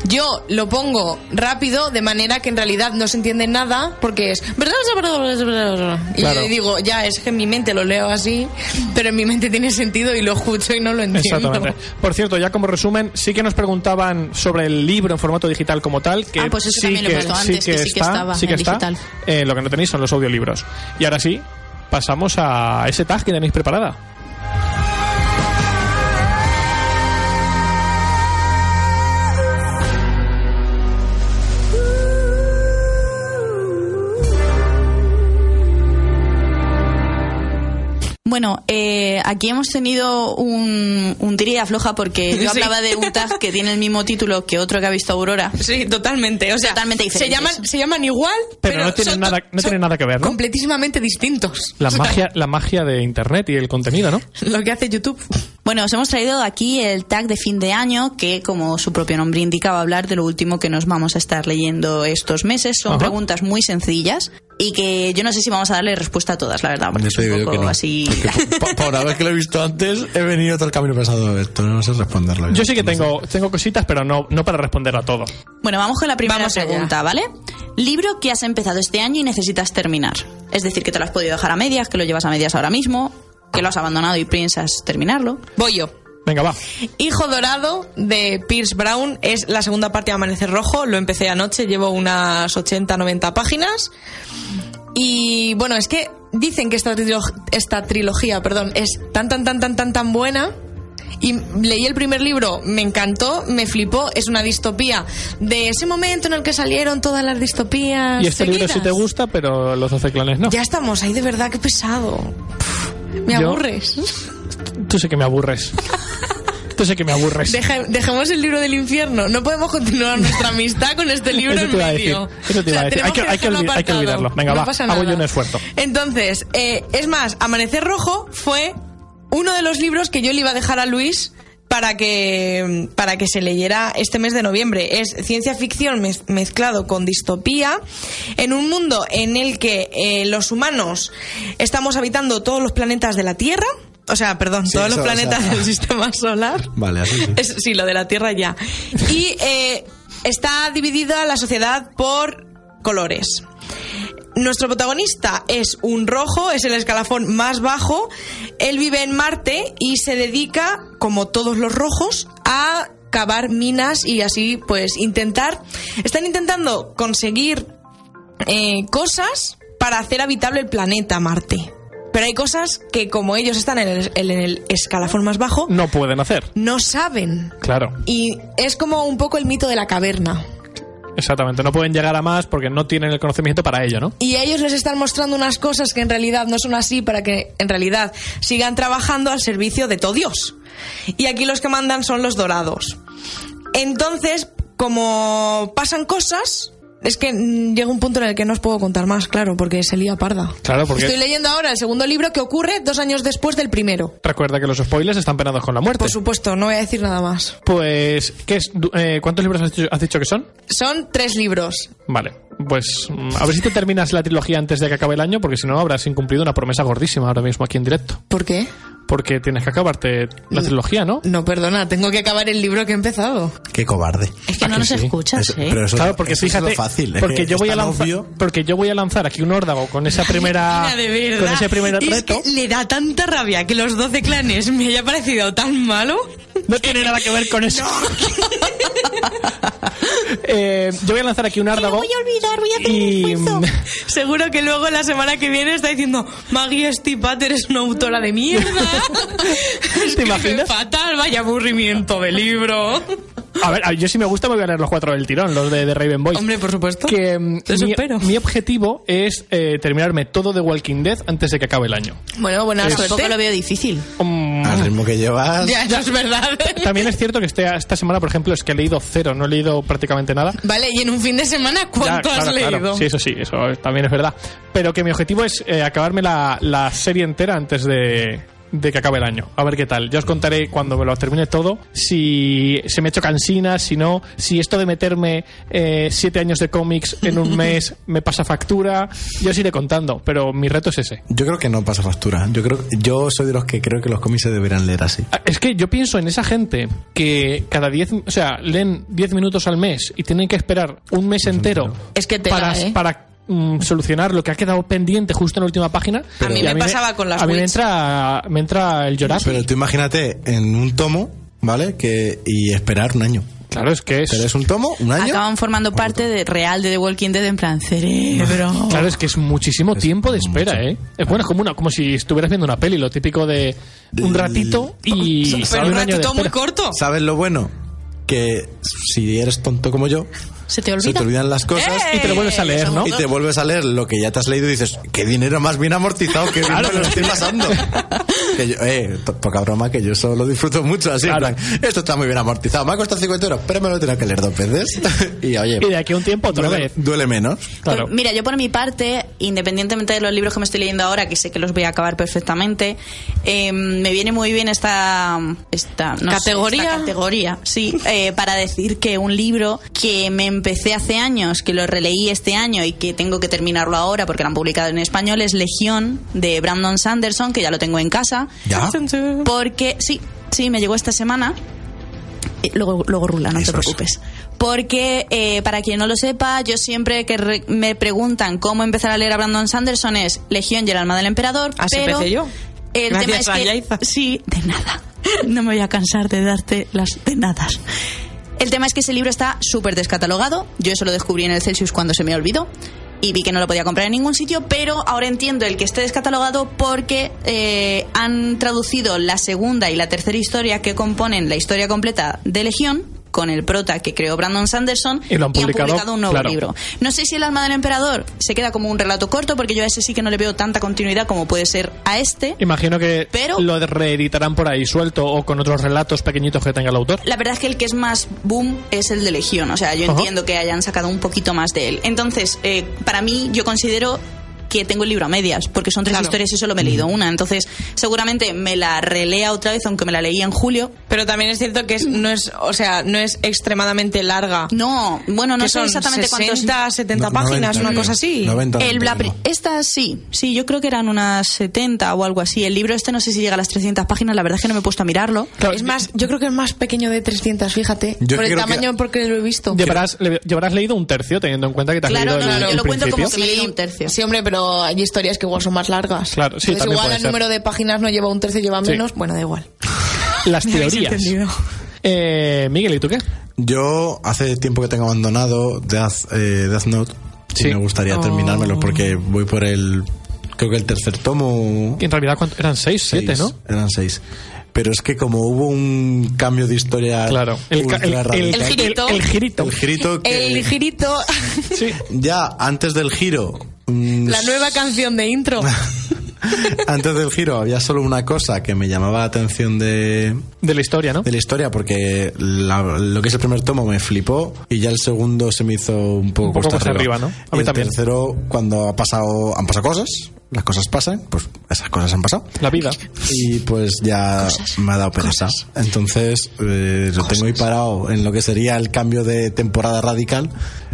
Speaker 4: Yo lo pongo rápido de manera que en realidad no se entiende nada porque es y
Speaker 3: Claro.
Speaker 4: yo digo, ya es que en mi mente lo leo así, pero en mi mente tiene sentido y lo escucho y no lo entiendo.
Speaker 3: Exactamente. Por cierto, ya como resumen, sí que nos preguntaban sobre el libro en formato digital como tal, que
Speaker 1: Ah, pues eso
Speaker 3: sí
Speaker 1: también lo he
Speaker 3: que,
Speaker 1: puesto
Speaker 3: sí
Speaker 1: antes,
Speaker 3: que
Speaker 1: que sí que
Speaker 3: está,
Speaker 1: estaba
Speaker 3: sí que
Speaker 1: en
Speaker 3: está.
Speaker 1: digital.
Speaker 3: Eh, lo que no tenéis son los audiolibros. Y ahora sí, pasamos a ese tag que tenéis preparada.
Speaker 1: Bueno, eh, aquí hemos tenido un, un tira y afloja porque yo
Speaker 4: Sí.
Speaker 1: hablaba de un tag que tiene el mismo título que otro que ha visto Aurora.
Speaker 4: Sí, totalmente. O sea,
Speaker 1: Totalmente
Speaker 4: se
Speaker 1: diferentes.
Speaker 4: llaman, se llaman igual,
Speaker 3: Pero no tienen
Speaker 4: son to-
Speaker 3: nada- no
Speaker 4: son
Speaker 3: tienen nada que ver, ¿no?
Speaker 4: Completísimamente distintos.
Speaker 3: La magia, la magia de internet y el contenido, ¿no?
Speaker 4: Lo que hace YouTube.
Speaker 1: Bueno, os hemos traído aquí el tag de fin de año que, como su propio nombre indica, va a hablar de lo último que nos vamos a estar leyendo estos meses. Son
Speaker 3: Ajá.
Speaker 1: preguntas muy sencillas y que yo no sé si vamos a darle respuesta a todas, la verdad. porque
Speaker 5: Yo
Speaker 1: es
Speaker 5: te
Speaker 1: un
Speaker 5: digo
Speaker 1: poco
Speaker 5: que no.
Speaker 1: así.
Speaker 5: Porque po- po- por haber que lo he visto antes, he venido todo el camino pensando esto, no Pues sé responderlo.
Speaker 3: Yo sí que tengo, tengo cositas, pero no, no para responder a todo.
Speaker 1: Bueno, vamos con la primera
Speaker 4: Vamos allá.
Speaker 1: pregunta, ¿vale? Libro que has empezado este año y necesitas terminar. Es decir, que te lo has podido dejar a medias, que lo llevas a medias ahora mismo, que lo has abandonado y piensas terminarlo.
Speaker 4: Voy yo.
Speaker 3: Venga, va.
Speaker 4: Hijo Dorado de Pierce Brown es la segunda parte de Amanecer Rojo. Lo empecé anoche, llevo unas 80, 90 páginas. Y bueno, es que dicen que esta, trilo- esta trilogía perdón, es tan, tan, tan, tan, tan, tan buena. Y leí el primer libro, me encantó, me flipó. Es una distopía de ese momento en el que salieron todas las distopías.
Speaker 3: Y este libro sí
Speaker 4: seguidas.
Speaker 3: te gusta, pero los hace clanes no.
Speaker 4: Ya estamos ahí, de verdad, qué pesado. Puf, me
Speaker 3: Yo-
Speaker 4: aburres.
Speaker 3: Tú sí que me aburres. Tú sí que me aburres.
Speaker 4: Deja- dejemos el libro del infierno. No podemos continuar nuestra amistad con este libro
Speaker 3: Eso
Speaker 4: en
Speaker 3: te iba a
Speaker 4: medio.
Speaker 3: decir, eso te iba a decir. Hay
Speaker 4: tenemos
Speaker 3: que- hay que
Speaker 4: dejarlo
Speaker 3: olvid- hay que
Speaker 4: apartado.
Speaker 3: olvidarlo. Venga,
Speaker 4: No
Speaker 3: va,
Speaker 4: pasa
Speaker 3: hago yo
Speaker 4: nada.
Speaker 3: un esfuerzo.
Speaker 4: Entonces, eh, es más, Amanecer Rojo fue uno de los libros que yo le iba a dejar a Luis para que, para que se leyera este mes de noviembre. Es ciencia ficción mez- mezclado con distopía en un mundo en el que eh, los humanos estamos habitando todos los planetas de la Tierra. O sea, perdón,
Speaker 5: Sí,
Speaker 4: todos
Speaker 5: eso,
Speaker 4: los
Speaker 5: o sea.
Speaker 4: planetas del sistema solar.
Speaker 5: Vale, así sí.
Speaker 4: Es- sí, lo de la Tierra ya. Y eh, está dividida la sociedad por colores. Nuestro protagonista es un rojo, es el escalafón más bajo. Él vive en Marte y se dedica, como todos los rojos, a cavar minas y así pues intentar... Están intentando conseguir eh, cosas para hacer habitable el planeta Marte. Pero hay cosas que como ellos están en el- en el escalafón más bajo,
Speaker 3: No pueden hacer.
Speaker 4: no saben.
Speaker 3: Claro,
Speaker 4: Y es como un poco el mito de la caverna.
Speaker 3: exactamente. No pueden llegar a más porque no tienen el conocimiento para ello, ¿no?
Speaker 4: Y ellos les están mostrando unas cosas que en realidad no son así para que en realidad sigan trabajando al servicio de todo Dios. Y aquí los que mandan son los dorados. Entonces, como pasan cosas, es que mm, llega un punto en el que no os puedo contar más, claro, porque se lía parda.
Speaker 3: Claro, porque-
Speaker 4: Estoy leyendo ahora el segundo libro que ocurre dos años después del primero.
Speaker 3: Recuerda que los spoilers están penados con la muerte.
Speaker 4: Por supuesto, no voy a decir nada más.
Speaker 3: Pues, ¿qué es, du- eh, ¿cuántos libros has dicho, has dicho que son?
Speaker 4: Son tres libros.
Speaker 3: Vale, pues mm, a ver si te terminas la trilogía antes de que acabe el año, porque si no habrás incumplido una promesa gordísima ahora mismo aquí en directo.
Speaker 4: ¿Por qué?
Speaker 3: Porque tienes que acabarte la trilogía, ¿no?
Speaker 4: No, perdona, tengo que acabar el libro que he empezado.
Speaker 5: Qué cobarde.
Speaker 1: Es que
Speaker 3: Ah,
Speaker 1: no
Speaker 3: que
Speaker 1: nos
Speaker 3: sí.
Speaker 1: escuchas,
Speaker 5: Eso-
Speaker 1: ¿eh?
Speaker 5: pero eso,
Speaker 3: claro, porque
Speaker 5: eso es lo
Speaker 3: fíjate,
Speaker 5: fácil. es
Speaker 3: porque
Speaker 5: que
Speaker 3: yo voy a
Speaker 5: es tan
Speaker 3: lanzar,
Speaker 5: obvio.
Speaker 3: porque yo voy a lanzar aquí un órdago con esa primera,
Speaker 4: Mira, de verdad.
Speaker 3: Ah, con ese primer
Speaker 4: Es
Speaker 3: reto.
Speaker 4: que le da tanta rabia que los 12 clanes me haya parecido tan malo.
Speaker 3: No tiene nada que ver con eso. Eh, yo voy a lanzar aquí un árdago.
Speaker 4: voy a olvidar, voy a hacer
Speaker 3: y- mm,
Speaker 4: un esfuerzo. Pues Seguro que luego la semana que viene está diciendo Maggie Stipat eres una autora de mierda.
Speaker 3: ¿Te
Speaker 4: Escribe
Speaker 3: imaginas?
Speaker 4: Fatal, vaya aburrimiento de libro.
Speaker 3: A ver, a- yo si me gusta me voy a leer los cuatro del tirón, los de, de Raven Boy.
Speaker 4: Hombre, por supuesto.
Speaker 3: que mm,
Speaker 4: Eso espero.
Speaker 3: mi, mi objetivo es eh, terminarme todo de Walking Dead antes de que acabe el año.
Speaker 4: Bueno, buena
Speaker 1: Tampoco
Speaker 4: suerte.
Speaker 1: lo veo difícil.
Speaker 3: Mm,
Speaker 5: Al ritmo que llevas.
Speaker 4: Ya, eso es verdad.
Speaker 3: También es cierto que este- esta semana, por ejemplo, es que he leído cero, no he leído prácticamente nada.
Speaker 4: Vale, y en un fin de semana,
Speaker 3: Ya,
Speaker 4: ¿cuánto has
Speaker 3: claro, claro.
Speaker 4: leído?
Speaker 3: Sí, eso sí, eso es- también es verdad. Pero que mi objetivo es eh, acabarme la, la serie entera antes de, de que acabe el año. A ver qué tal. Ya os contaré cuando me lo termine todo si se me ha hecho cansina, si no, si esto de meterme eh, siete años de cómics en un mes me pasa factura. Yo os iré contando, pero mi reto es ese.
Speaker 5: Yo creo que no pasa factura. Yo creo, yo soy de los que creo que los cómics se deberían leer así.
Speaker 3: Ah, Es que yo pienso en esa gente que cada 10, o sea, leen 10 minutos al mes y tienen que esperar un mes entero
Speaker 4: Es que tela,
Speaker 3: para,
Speaker 4: ¿eh?
Speaker 3: para, mm, solucionar lo que ha quedado pendiente justo en la última página.
Speaker 4: Pero- mí
Speaker 3: Y
Speaker 4: me pasaba con las
Speaker 3: A mí me
Speaker 4: Witch.
Speaker 3: entra, me entra el llorar.
Speaker 5: Pero tú imagínate en un tomo, ¿vale? Que, y esperar un año.
Speaker 3: claro, es que es,
Speaker 5: Pero es un tomo, un año.
Speaker 1: Acaban formando parte de real de The Walking Dead en plan cerebro.
Speaker 3: claro, es que es muchísimo tiempo de espera, ¿eh? Es bueno, es como, una, como si estuvieras viendo una peli, lo típico de un ratito y
Speaker 4: Pero
Speaker 3: un
Speaker 4: un
Speaker 3: año de
Speaker 4: ratito muy
Speaker 3: espera.
Speaker 4: corto.
Speaker 5: ¿Sabes lo bueno? Que si eres tonto como yo,
Speaker 1: ¿Se te
Speaker 5: se
Speaker 1: olvida?
Speaker 5: te olvidan las cosas
Speaker 3: Y te lo vuelves a leer, ¿no?
Speaker 5: y te vuelves a leer lo que ya te has leído y dices, qué dinero más bien amortizado, qué bien me lo estoy pasando. que yo, eh, to- poca broma, que yo eso lo disfruto mucho, así, en
Speaker 3: Claro.
Speaker 5: plan, esto está muy bien amortizado, me ha costado 50 euros, pero me lo he tenido que leer dos veces. y oye,
Speaker 3: Y de aquí a un tiempo otra
Speaker 5: duele,
Speaker 3: vez.
Speaker 5: duele menos.
Speaker 3: Claro.
Speaker 1: Pues mira, yo por mi parte, independientemente de los libros que me estoy leyendo ahora, que sé que los voy a acabar perfectamente, eh, me viene muy bien esta, esta, no sé,
Speaker 4: ¿Categoría?
Speaker 1: esta categoría, sí, eh, para decir que un libro que me empecé hace años, que lo releí este año y que tengo que terminarlo ahora porque lo han publicado en español es Legión de Brandon Sanderson, que ya lo tengo en casa,
Speaker 5: Ya.
Speaker 1: porque sí, sí, me llegó esta semana. Eh, Luego, luego rula, no
Speaker 5: Eso
Speaker 1: te
Speaker 5: es.
Speaker 1: preocupes. Porque, eh, para quien no lo sepa, yo siempre que re- me preguntan cómo empezar a leer a Brandon Sanderson es Legión y el alma del emperador.
Speaker 4: Así
Speaker 1: pero
Speaker 4: Ah, empecé yo.
Speaker 1: El tema
Speaker 4: Gracias
Speaker 1: es
Speaker 4: a
Speaker 1: que,
Speaker 4: Yaiza.
Speaker 1: Sí, de nada. No me voy a cansar de darte las de nada. El tema es que ese libro está súper descatalogado. Yo eso lo descubrí en el Celsius cuando se me olvidó. Y vi que no lo podía comprar en ningún sitio, pero ahora entiendo el que esté descatalogado porque eh, han traducido la segunda y la tercera historia que componen la historia completa de Legión con el prota que creó Brandon Sanderson
Speaker 3: Y lo han publicado,
Speaker 1: un nuevo
Speaker 3: claro.
Speaker 1: libro. No sé si El alma del emperador se queda como un relato corto porque yo a ese sí que no le veo tanta continuidad como puede ser a este.
Speaker 3: Imagino que
Speaker 1: Pero-
Speaker 3: lo reeditarán por ahí suelto o con otros relatos pequeñitos que tenga el autor.
Speaker 1: la verdad es que el que es más boom es el de Legión. O sea, yo
Speaker 3: Ajá.
Speaker 1: entiendo que hayan sacado un poquito más de él. Entonces, eh, para mí, yo considero que tengo el libro a medias, porque son tres
Speaker 4: Claro.
Speaker 1: historias y solo me he leído una. Entonces, seguramente me la relea otra vez, aunque me la leí en julio.
Speaker 4: Pero también es cierto que es- no es, o sea, no es extremadamente larga.
Speaker 1: No, bueno, no
Speaker 4: Que
Speaker 1: sé
Speaker 4: son
Speaker 1: exactamente cuántos.
Speaker 4: 60, 70
Speaker 5: No-
Speaker 4: páginas,
Speaker 5: 90,
Speaker 4: una cosa así.
Speaker 5: 90,
Speaker 1: El, la pri-
Speaker 5: 91.
Speaker 1: esta sí, sí, yo creo que eran unas 70 o algo así. El libro este no sé si llega a las 300 páginas, la verdad es que no me he puesto a mirarlo.
Speaker 3: Claro,
Speaker 4: Es más, yo creo que es más pequeño de 300, fíjate.
Speaker 5: Yo
Speaker 4: por el
Speaker 5: creo que-
Speaker 4: tamaño, porque lo he visto.
Speaker 3: Llevarás, le- llevarás leído un tercio, teniendo en cuenta que te has
Speaker 1: Claro,
Speaker 3: leído
Speaker 1: no,
Speaker 3: el,
Speaker 1: no, yo
Speaker 3: el
Speaker 1: lo cuento como
Speaker 3: principio.
Speaker 1: que me he leído un tercio.
Speaker 4: Sí, hombre, pero hay historias que igual son más largas.
Speaker 3: Claro, sí,
Speaker 4: Entonces,
Speaker 3: también
Speaker 4: igual
Speaker 3: puede
Speaker 4: el
Speaker 3: ser.
Speaker 4: número de páginas no lleva un tercio, lleva
Speaker 3: Sí.
Speaker 4: menos. Bueno, da igual.
Speaker 3: Las
Speaker 4: Me habéis
Speaker 3: teorías.
Speaker 4: entendido.
Speaker 3: Eh, Miguel, ¿y tú qué?
Speaker 5: Yo hace tiempo que tengo abandonado Death, eh, Death Note.
Speaker 3: Sí.
Speaker 5: Sí. Me gustaría
Speaker 4: Oh.
Speaker 5: terminármelo porque voy por el. Creo que el tercer tomo.
Speaker 3: En realidad ¿cuánto- eran seis, siete,
Speaker 5: Seis,
Speaker 3: ¿no?
Speaker 5: Eran seis. Pero es que como hubo un cambio de historia.
Speaker 3: Claro. El, ca-
Speaker 5: ultra
Speaker 3: el, el-
Speaker 5: radical,
Speaker 4: El girito.
Speaker 3: el- el girito.
Speaker 5: el girito que
Speaker 4: El girito,
Speaker 3: Sí.
Speaker 5: ya antes del giro. mm,
Speaker 4: la nueva canción de intro.
Speaker 5: Antes del giro había solo una cosa que me llamaba la atención de,
Speaker 3: De la historia, ¿no?
Speaker 5: de la historia porque la- lo que es el primer tomo me flipó y ya el segundo se me hizo un poco,
Speaker 3: Un poco
Speaker 5: cuesta
Speaker 3: cuesta arriba, ¿no? A
Speaker 5: Y
Speaker 3: mí
Speaker 5: el
Speaker 3: también.
Speaker 5: tercero, cuando ha pasado, han pasado cosas, las cosas pasan, pues esas cosas han pasado.
Speaker 3: La vida.
Speaker 5: Y pues ya me ha dado pereza. Entonces eh, lo tengo ahí parado en lo que sería el cambio de temporada radical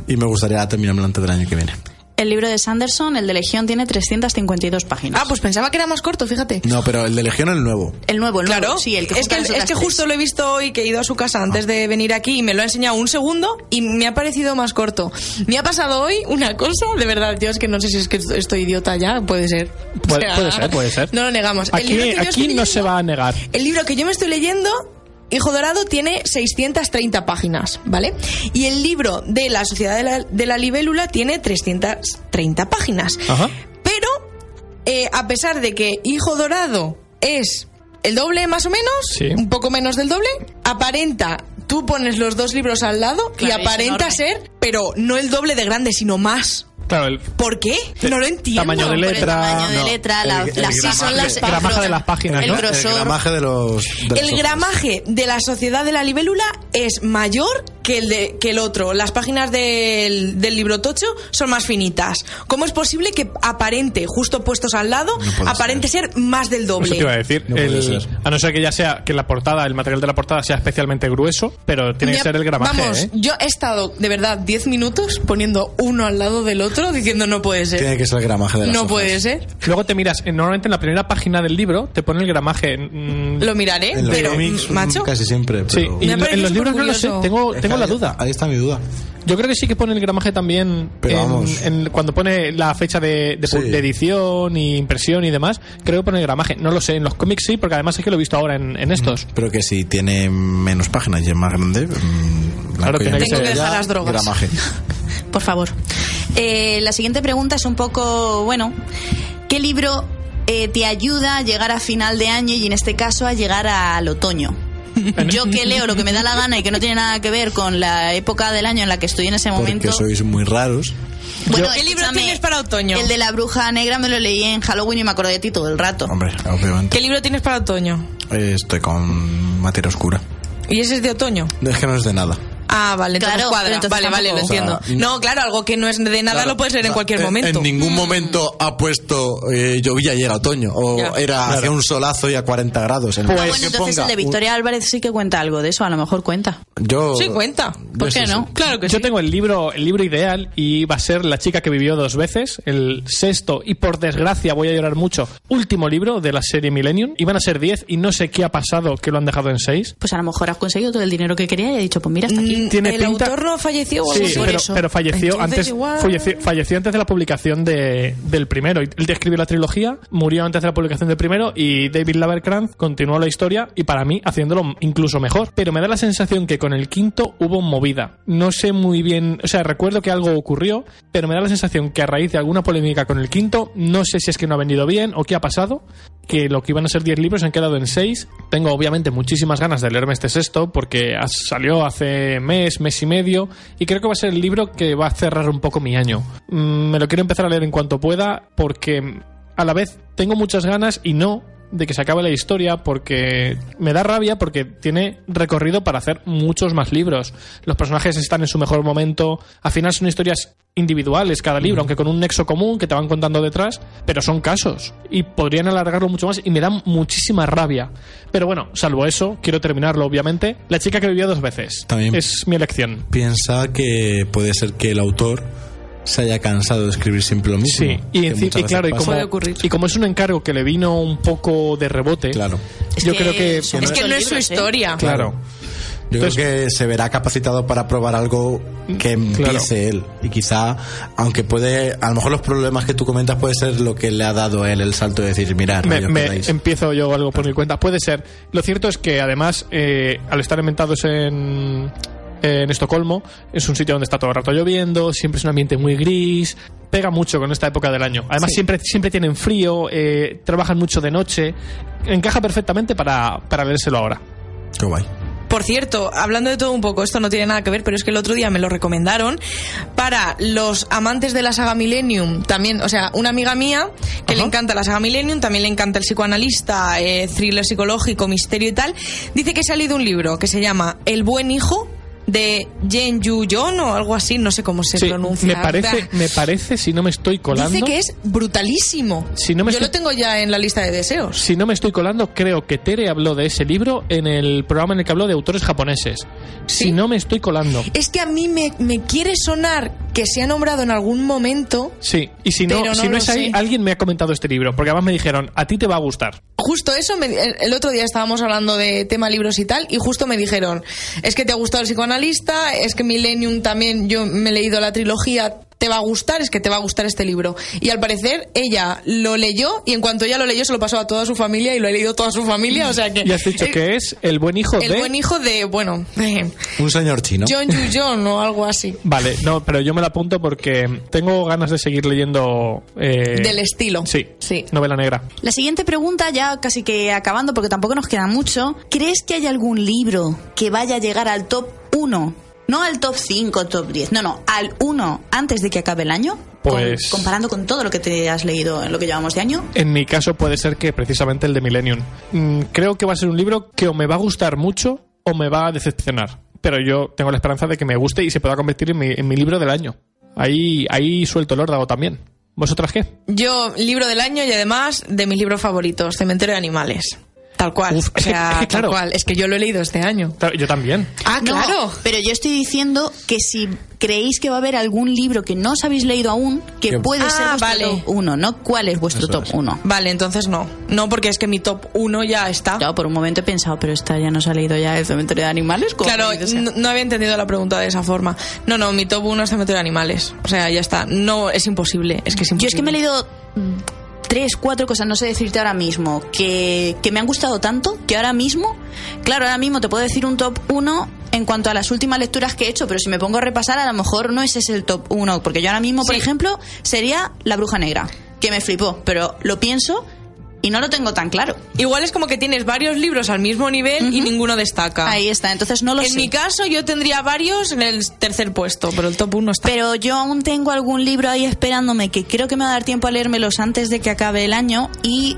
Speaker 5: y me gustaría terminarlo antes del año que viene.
Speaker 1: El libro de Sanderson, el de Legión, tiene 352 páginas.
Speaker 4: Ah, pues pensaba que era más corto, fíjate.
Speaker 5: No, pero el de Legión el nuevo.
Speaker 1: El nuevo, el nuevo.
Speaker 3: pues
Speaker 4: Claro,
Speaker 1: Sí, el que
Speaker 4: es
Speaker 1: junta
Speaker 4: que,
Speaker 1: las
Speaker 4: es
Speaker 1: otras
Speaker 4: que
Speaker 1: tres.
Speaker 4: justo lo he visto hoy que he ido a su casa
Speaker 3: Ah.
Speaker 4: antes de venir aquí y me lo ha enseñado un segundo y me ha parecido más corto. Me ha pasado hoy una cosa, de verdad, tío, es que no sé si es que estoy idiota ya, puede ser. O
Speaker 3: Puede-
Speaker 4: sea,
Speaker 3: puede ser, puede ser.
Speaker 4: No lo negamos. El
Speaker 3: Aquí,
Speaker 4: libro que yo
Speaker 3: aquí
Speaker 4: estoy
Speaker 3: no se
Speaker 4: leyendo-
Speaker 3: va a negar.
Speaker 4: El libro que yo me estoy leyendo, Hijo Dorado, tiene 630 páginas, ¿vale? Y el libro de La Sociedad de la, de la Libélula tiene 330 páginas.
Speaker 3: Ajá.
Speaker 4: Pero, eh, a pesar de que Hijo Dorado es el doble más o menos,
Speaker 3: Sí.
Speaker 4: un poco menos del doble, aparenta... Tú pones los dos libros al lado
Speaker 1: Claro, y
Speaker 4: y
Speaker 1: es
Speaker 4: aparenta
Speaker 1: enorme.
Speaker 4: ser, pero no el doble de grande, sino más.
Speaker 3: Claro, el
Speaker 4: ¿Por qué? No lo entiendo.
Speaker 3: tamaño de
Speaker 1: Por el
Speaker 3: letra,
Speaker 1: tamaño de
Speaker 5: no,
Speaker 1: letra, la-
Speaker 5: el- el
Speaker 1: las- sí,
Speaker 5: gramaje.
Speaker 1: son las
Speaker 5: El
Speaker 1: páginas.
Speaker 3: gramaje de las páginas,
Speaker 1: El
Speaker 3: ¿no?
Speaker 1: grosor.
Speaker 5: El gramaje de los... de
Speaker 4: El
Speaker 5: las hojas.
Speaker 4: gramaje de la sociedad de la libélula es mayor que el, de, que el otro. Las páginas del, del libro tocho son más finitas. ¿Cómo es posible que aparente, justo puestos al lado,
Speaker 5: No puede
Speaker 4: aparente ser. más del
Speaker 3: Eso
Speaker 4: doble?
Speaker 3: te iba a decir.
Speaker 5: No puede
Speaker 3: El-
Speaker 5: ser.
Speaker 3: a no ser que ya sea que la portada, el material de la portada sea especialmente grueso, pero tiene que
Speaker 4: Me-
Speaker 3: ser el gramaje.
Speaker 4: Vamos,
Speaker 3: ¿eh?
Speaker 4: yo he estado de verdad 10 minutos poniendo uno al lado del otro diciendo no puede ser.
Speaker 5: Tiene que ser el gramaje de las
Speaker 4: No
Speaker 5: hojas.
Speaker 4: puede ser.
Speaker 3: Luego te miras, eh, normalmente en la primera página del libro te pone el gramaje. mm,
Speaker 4: Lo miraré,
Speaker 5: En los
Speaker 4: pero
Speaker 5: cómics, mm,
Speaker 4: macho.
Speaker 5: Casi siempre.
Speaker 3: sí,
Speaker 5: Pero...
Speaker 3: y
Speaker 4: Me ha
Speaker 3: lo- en
Speaker 4: parecido
Speaker 3: los libros no lo sé,
Speaker 4: supercurioso.
Speaker 3: tengo,
Speaker 5: Es
Speaker 3: tengo
Speaker 5: que
Speaker 3: la
Speaker 5: ahí-
Speaker 3: duda.
Speaker 5: Ahí está mi duda.
Speaker 3: Yo creo que sí que pone el gramaje también
Speaker 5: Pero
Speaker 3: en-
Speaker 5: vamos.
Speaker 3: en- cuando pone la fecha de, de pu-
Speaker 5: Sí.
Speaker 3: de edición y impresión y demás. Creo que pone el gramaje. No lo sé, en los cómics sí, porque además es que lo he visto ahora en, en estos.
Speaker 5: Pero que si tiene menos páginas y es más grande... mm, blanco y
Speaker 3: tiene que
Speaker 5: negro
Speaker 3: Tengo que
Speaker 5: ya,
Speaker 4: dejar las drogas.
Speaker 5: Gramaje.
Speaker 1: Por favor. Eh, la siguiente pregunta es un poco, bueno, ¿qué libro eh, te ayuda a llegar a final de año y en este caso a llegar al otoño? Yo que leo lo que me da la gana y que no tiene nada que ver con la época del año en la que estoy en ese momento.
Speaker 5: Porque sois muy raros.
Speaker 1: Bueno,
Speaker 4: ¿Qué libro
Speaker 1: escúchame,
Speaker 4: tienes para otoño?
Speaker 1: El de la bruja negra me lo leí en Halloween y me acordé de ti todo el rato.
Speaker 5: Hombre, obviamente.
Speaker 4: ¿Qué libro tienes para otoño?
Speaker 5: Eh, Estoy con materia oscura.
Speaker 4: ¿Y ese es de otoño?
Speaker 5: Es que no es de nada.
Speaker 4: Ah, vale, entonces
Speaker 1: Claro,
Speaker 4: cuadra.
Speaker 1: pero entonces
Speaker 4: vale, vale, lo
Speaker 1: tampoco-
Speaker 4: entiendo.
Speaker 5: O sea,
Speaker 4: no, claro, algo que no es de nada
Speaker 5: Claro,
Speaker 4: lo puedes leer
Speaker 5: o sea,
Speaker 4: en cualquier momento.
Speaker 5: En ningún momento ha puesto eh, llovía ayer a otoño. O
Speaker 4: Ya.
Speaker 5: era hacía un solazo y a 40 grados. En el
Speaker 3: Pues-
Speaker 1: Ah,
Speaker 5: que
Speaker 1: bueno, entonces
Speaker 5: ponga
Speaker 1: el de
Speaker 5: un-
Speaker 1: Victoria Álvarez sí que cuenta algo de eso, a lo mejor cuenta.
Speaker 5: Yo...
Speaker 4: Sí, cuenta.
Speaker 1: ¿Por qué no?
Speaker 4: Claro que
Speaker 3: Yo
Speaker 4: Pues sí.
Speaker 3: tengo el libro, el libro ideal y va a ser La chica que vivió dos veces, el sexto y por desgracia voy a llorar mucho, último libro de la serie Millennium. Iban a ser 10 y no sé qué ha pasado que lo han dejado en 6.
Speaker 1: Pues a lo mejor has conseguido todo el dinero que quería y ha dicho, pues mira, hasta aquí.
Speaker 4: Mm,
Speaker 3: tiene
Speaker 4: el
Speaker 3: pinta-
Speaker 4: autor no falleció o algo
Speaker 3: Oh, Sí,
Speaker 4: así.
Speaker 3: pero, pero falleció
Speaker 4: Entonces,
Speaker 3: antes
Speaker 4: igual-
Speaker 3: falleció, falleció antes de la publicación de- del primero. Y Él escribió la trilogía, murió antes de la publicación del primero y David Lavercrantz continuó la historia y para mí haciéndolo incluso mejor. Pero me da la sensación que con el quinto hubo movida. No sé muy bien, o sea, recuerdo que algo ocurrió, pero me da la sensación que a raíz de alguna polémica con el quinto, no sé si es que no ha vendido bien o qué ha pasado, que lo que iban a ser 10 libros han quedado en 6. Tengo obviamente muchísimas ganas de leerme este sexto porque ha- salió hace mes, mes y medio y creo que va a ser el libro que va a cerrar un poco mi año. Mm, Me lo quiero empezar a leer en cuanto pueda porque a la vez tengo muchas ganas y no de que se acabe la historia porque me da rabia porque tiene recorrido para hacer muchos más libros. Los personajes están en su mejor momento. Al final son historias individuales cada libro, aunque con un nexo común que te van contando detrás, pero son casos y podrían alargarlo mucho más y me da muchísima rabia. Pero bueno, salvo eso, quiero terminarlo obviamente. La chica que vivió dos veces.
Speaker 5: También.
Speaker 3: Es mi elección.
Speaker 5: Piensa que puede ser que el autor se haya cansado de escribir siempre lo mismo.
Speaker 3: Sí, y,
Speaker 5: que
Speaker 3: enci-
Speaker 5: muchas
Speaker 3: y claro, y como,
Speaker 5: veces pasa.
Speaker 4: Puede ocurrir.
Speaker 3: y como es un encargo que le vino un poco de rebote,
Speaker 5: Claro.
Speaker 1: Es
Speaker 3: yo
Speaker 1: que
Speaker 3: creo que...
Speaker 1: son
Speaker 4: Es que no es su
Speaker 1: libros, ¿eh?
Speaker 4: historia.
Speaker 3: Claro.
Speaker 5: Yo
Speaker 3: Entonces-
Speaker 5: creo que se verá capacitado para probar algo que empiece
Speaker 3: Claro.
Speaker 5: él. Y quizá, aunque puede, a lo mejor los problemas que tú comentas puede ser lo que le ha dado a él el salto de decir, mirad,
Speaker 3: Me-
Speaker 5: no,
Speaker 3: me- em- empiezo yo algo por mi cuenta. Puede ser. Lo cierto es que además, eh, al estar inventados en, en Estocolmo, es un sitio donde está todo el rato lloviendo, siempre es un ambiente muy gris, pega mucho con esta época del año. Además, siempre, siempre tienen frío, eh, trabajan mucho de noche. Encaja perfectamente para, para leérselo ahora.
Speaker 5: Qué guay.
Speaker 4: Por cierto, hablando de todo un poco, esto no tiene nada que ver, pero es que el otro día me lo recomendaron para los amantes de la saga Millennium. También, o sea, una amiga mía que le
Speaker 3: Ajá.
Speaker 4: encanta la saga Millennium, también le encanta el psicoanalista, eh, thriller psicológico, misterio y tal. Dice que ha salido un libro que se llama El buen hijo de Jen Yu John o algo así, no sé cómo se
Speaker 3: Sí,
Speaker 4: pronuncia.
Speaker 3: me parece, me parece, si no me estoy colando.
Speaker 4: Dice que es brutalísimo.
Speaker 3: Si no me
Speaker 4: Yo
Speaker 3: estoy-
Speaker 4: lo tengo ya en la lista de deseos.
Speaker 3: Si no me estoy colando, creo que Tere habló de ese libro en el programa en el que habló de autores japoneses.
Speaker 4: Sí.
Speaker 3: Si no me estoy colando.
Speaker 4: Es que a mí me, me quiere sonar que se ha nombrado en algún momento
Speaker 3: Sí, y si no,
Speaker 4: Pero no
Speaker 3: si no
Speaker 4: lo
Speaker 3: es ahí,
Speaker 4: sé.
Speaker 3: alguien me ha comentado este libro, porque además me dijeron, a ti te va a gustar.
Speaker 4: Justo eso, me- el el otro día estábamos hablando de tema libros y tal, y justo me dijeron, es que te ha gustado el psicoanalista, es que Millennium también, yo me he leído la trilogía, te va a gustar, es que te va a gustar este libro. Y al parecer ella lo leyó y en cuanto ella lo leyó se lo pasó a toda su familia y lo ha leído toda su familia, o sea que...
Speaker 3: Y has dicho
Speaker 4: el,
Speaker 3: que ¿eh? es El buen hijo
Speaker 4: el
Speaker 3: de...
Speaker 4: buen hijo de, bueno, de
Speaker 5: Un señor chino.
Speaker 4: John Yu John o algo así.
Speaker 3: Vale, no, pero yo me lo apunto porque tengo ganas de seguir leyendo... eh,
Speaker 4: Del estilo.
Speaker 3: Sí,
Speaker 4: Sí.
Speaker 3: novela negra.
Speaker 1: La siguiente pregunta, ya casi que acabando porque tampoco nos queda mucho. ¿Crees que hay algún libro que vaya a llegar al top 1? No al top 5, top 10, no, no, al 1 antes de que acabe el año. Con-
Speaker 3: Pues-
Speaker 1: comparando con todo lo que te has leído en lo que llevamos de año.
Speaker 3: En mi caso puede ser que precisamente el de Millennium. Mm, creo que va a ser un libro que o me va a gustar mucho o me va a decepcionar. Pero yo tengo la esperanza de que me guste y se pueda convertir en mi, en mi libro del año. Ahí, ahí suelto el órdago también. ¿Vosotras qué?
Speaker 4: Yo, libro del año y además de mis libros favoritos, Cementerio de Animales. Tal cual.
Speaker 3: Uf,
Speaker 4: o sea,
Speaker 3: es que claro.
Speaker 4: tal cual. Es que yo lo he leído este año.
Speaker 3: Claro, Yo también.
Speaker 4: Ah,
Speaker 1: No,
Speaker 4: claro.
Speaker 1: pero yo estoy diciendo que si creéis que va a haber algún libro que no os habéis leído aún, que
Speaker 5: Que-
Speaker 1: puede ser
Speaker 4: Ah,
Speaker 1: vuestro
Speaker 4: vale.
Speaker 1: top 1, ¿no? ¿Cuál es vuestro
Speaker 5: Eso
Speaker 1: top
Speaker 5: es.
Speaker 1: 1?
Speaker 4: Vale, entonces no. No, porque es que mi top 1 ya está.
Speaker 1: Yo por un momento he pensado, pero esta ya no se ha leído ya el cementerio de animales. ¿Cómo
Speaker 4: Claro,
Speaker 1: dices?
Speaker 4: no, no había entendido la pregunta de esa forma. No, no, mi top 1 es Cementerio de Animales. O sea, ya está. No, es imposible. Es que es imposible.
Speaker 1: Yo es que me he leído mm, tres, cuatro cosas, no sé decirte ahora mismo, que, que me han gustado tanto que ahora mismo, claro, ahora mismo te puedo decir un top uno en cuanto a las últimas lecturas que he hecho, pero si me pongo a repasar, a lo mejor no ese es el top uno, porque yo ahora mismo, por
Speaker 4: Sí.
Speaker 1: ejemplo, sería La Bruja Negra, que me flipó, pero lo pienso y no lo tengo tan claro.
Speaker 4: Igual es como que tienes varios libros al mismo nivel y ninguno destaca.
Speaker 1: Ahí está, entonces no lo
Speaker 4: Ah. en
Speaker 1: sé.
Speaker 4: mi caso, yo tendría varios en el tercer puesto, pero el top 1 está.
Speaker 1: Pero yo aún tengo algún libro ahí esperándome que creo que me va a dar tiempo a leérmelos antes de que acabe el año y,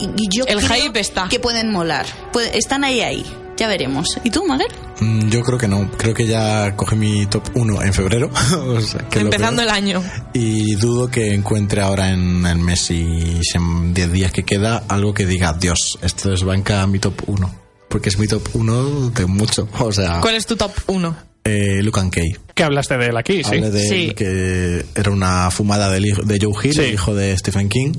Speaker 1: y- y yo
Speaker 4: El
Speaker 1: creo
Speaker 4: hype está.
Speaker 1: que pueden molar. Pu- están ahí ahí. Ya veremos. ¿Y tú, Mager?
Speaker 5: Mm, Yo creo que no. Creo que ya cogí mi top 1 en febrero. O sea, que lo
Speaker 4: Empezando
Speaker 5: veo. Ah.
Speaker 4: el año.
Speaker 5: Y dudo que encuentre ahora en el mes y en 10 días que queda algo que diga, Dios, esto es banca a mi top 1. Porque es mi top 1 de mucho. O sea,
Speaker 4: ¿Cuál es tu top 1?
Speaker 5: eh, Luke and Kay.
Speaker 3: Que hablaste de él aquí, sí.
Speaker 5: Hablé de
Speaker 4: Sí.
Speaker 5: él, que era una fumada del hijo- de Joe Hill,
Speaker 3: Sí.
Speaker 5: el hijo de Stephen King,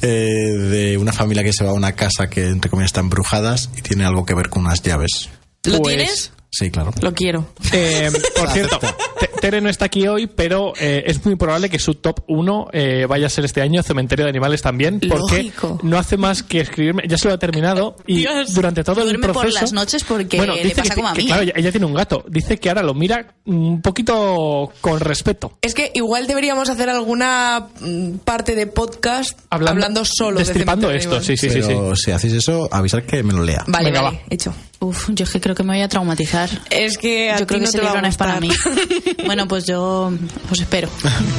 Speaker 5: eh, de una familia que se va a una casa que entre comillas está embrujadas y tiene algo que ver con unas llaves.
Speaker 4: ¿Lo
Speaker 3: Pues-
Speaker 4: tienes?
Speaker 5: Sí, claro.
Speaker 4: Lo quiero.
Speaker 3: Eh, por cierto, Te- Tere no está aquí hoy, pero eh, es muy probable que su top 1 vaya a ser este año Cementerio de Animales también, porque
Speaker 4: Lógico.
Speaker 3: no hace más que escribirme, ya se lo ha terminado y
Speaker 4: Dios.
Speaker 3: durante todo el
Speaker 1: Duerme por
Speaker 3: proceso...
Speaker 1: las noches porque le
Speaker 3: dice
Speaker 1: pasa
Speaker 3: que-
Speaker 1: como a
Speaker 3: que,
Speaker 1: mí.
Speaker 3: Claro, ella, ella tiene un gato, dice que ahora lo mira un poquito con respeto.
Speaker 4: Es que igual deberíamos hacer alguna mm, parte de podcast hablando, solo de
Speaker 3: Destripando
Speaker 4: Cementerio
Speaker 3: esto, sí,
Speaker 4: Animal.
Speaker 3: sí, sí, sí.
Speaker 5: Pero si hacéis eso, avisad que me lo lea.
Speaker 4: Vale,
Speaker 3: Venga,
Speaker 4: vale,
Speaker 3: va.
Speaker 4: hecho.
Speaker 1: Uf, yo es que creo que me voy a traumatizar.
Speaker 4: Es que a
Speaker 1: Yo creo
Speaker 4: ti
Speaker 1: que
Speaker 4: no
Speaker 1: ese
Speaker 4: te va
Speaker 1: libro
Speaker 4: a
Speaker 1: no es para mí.
Speaker 4: gustar.
Speaker 1: Bueno, pues yo os espero.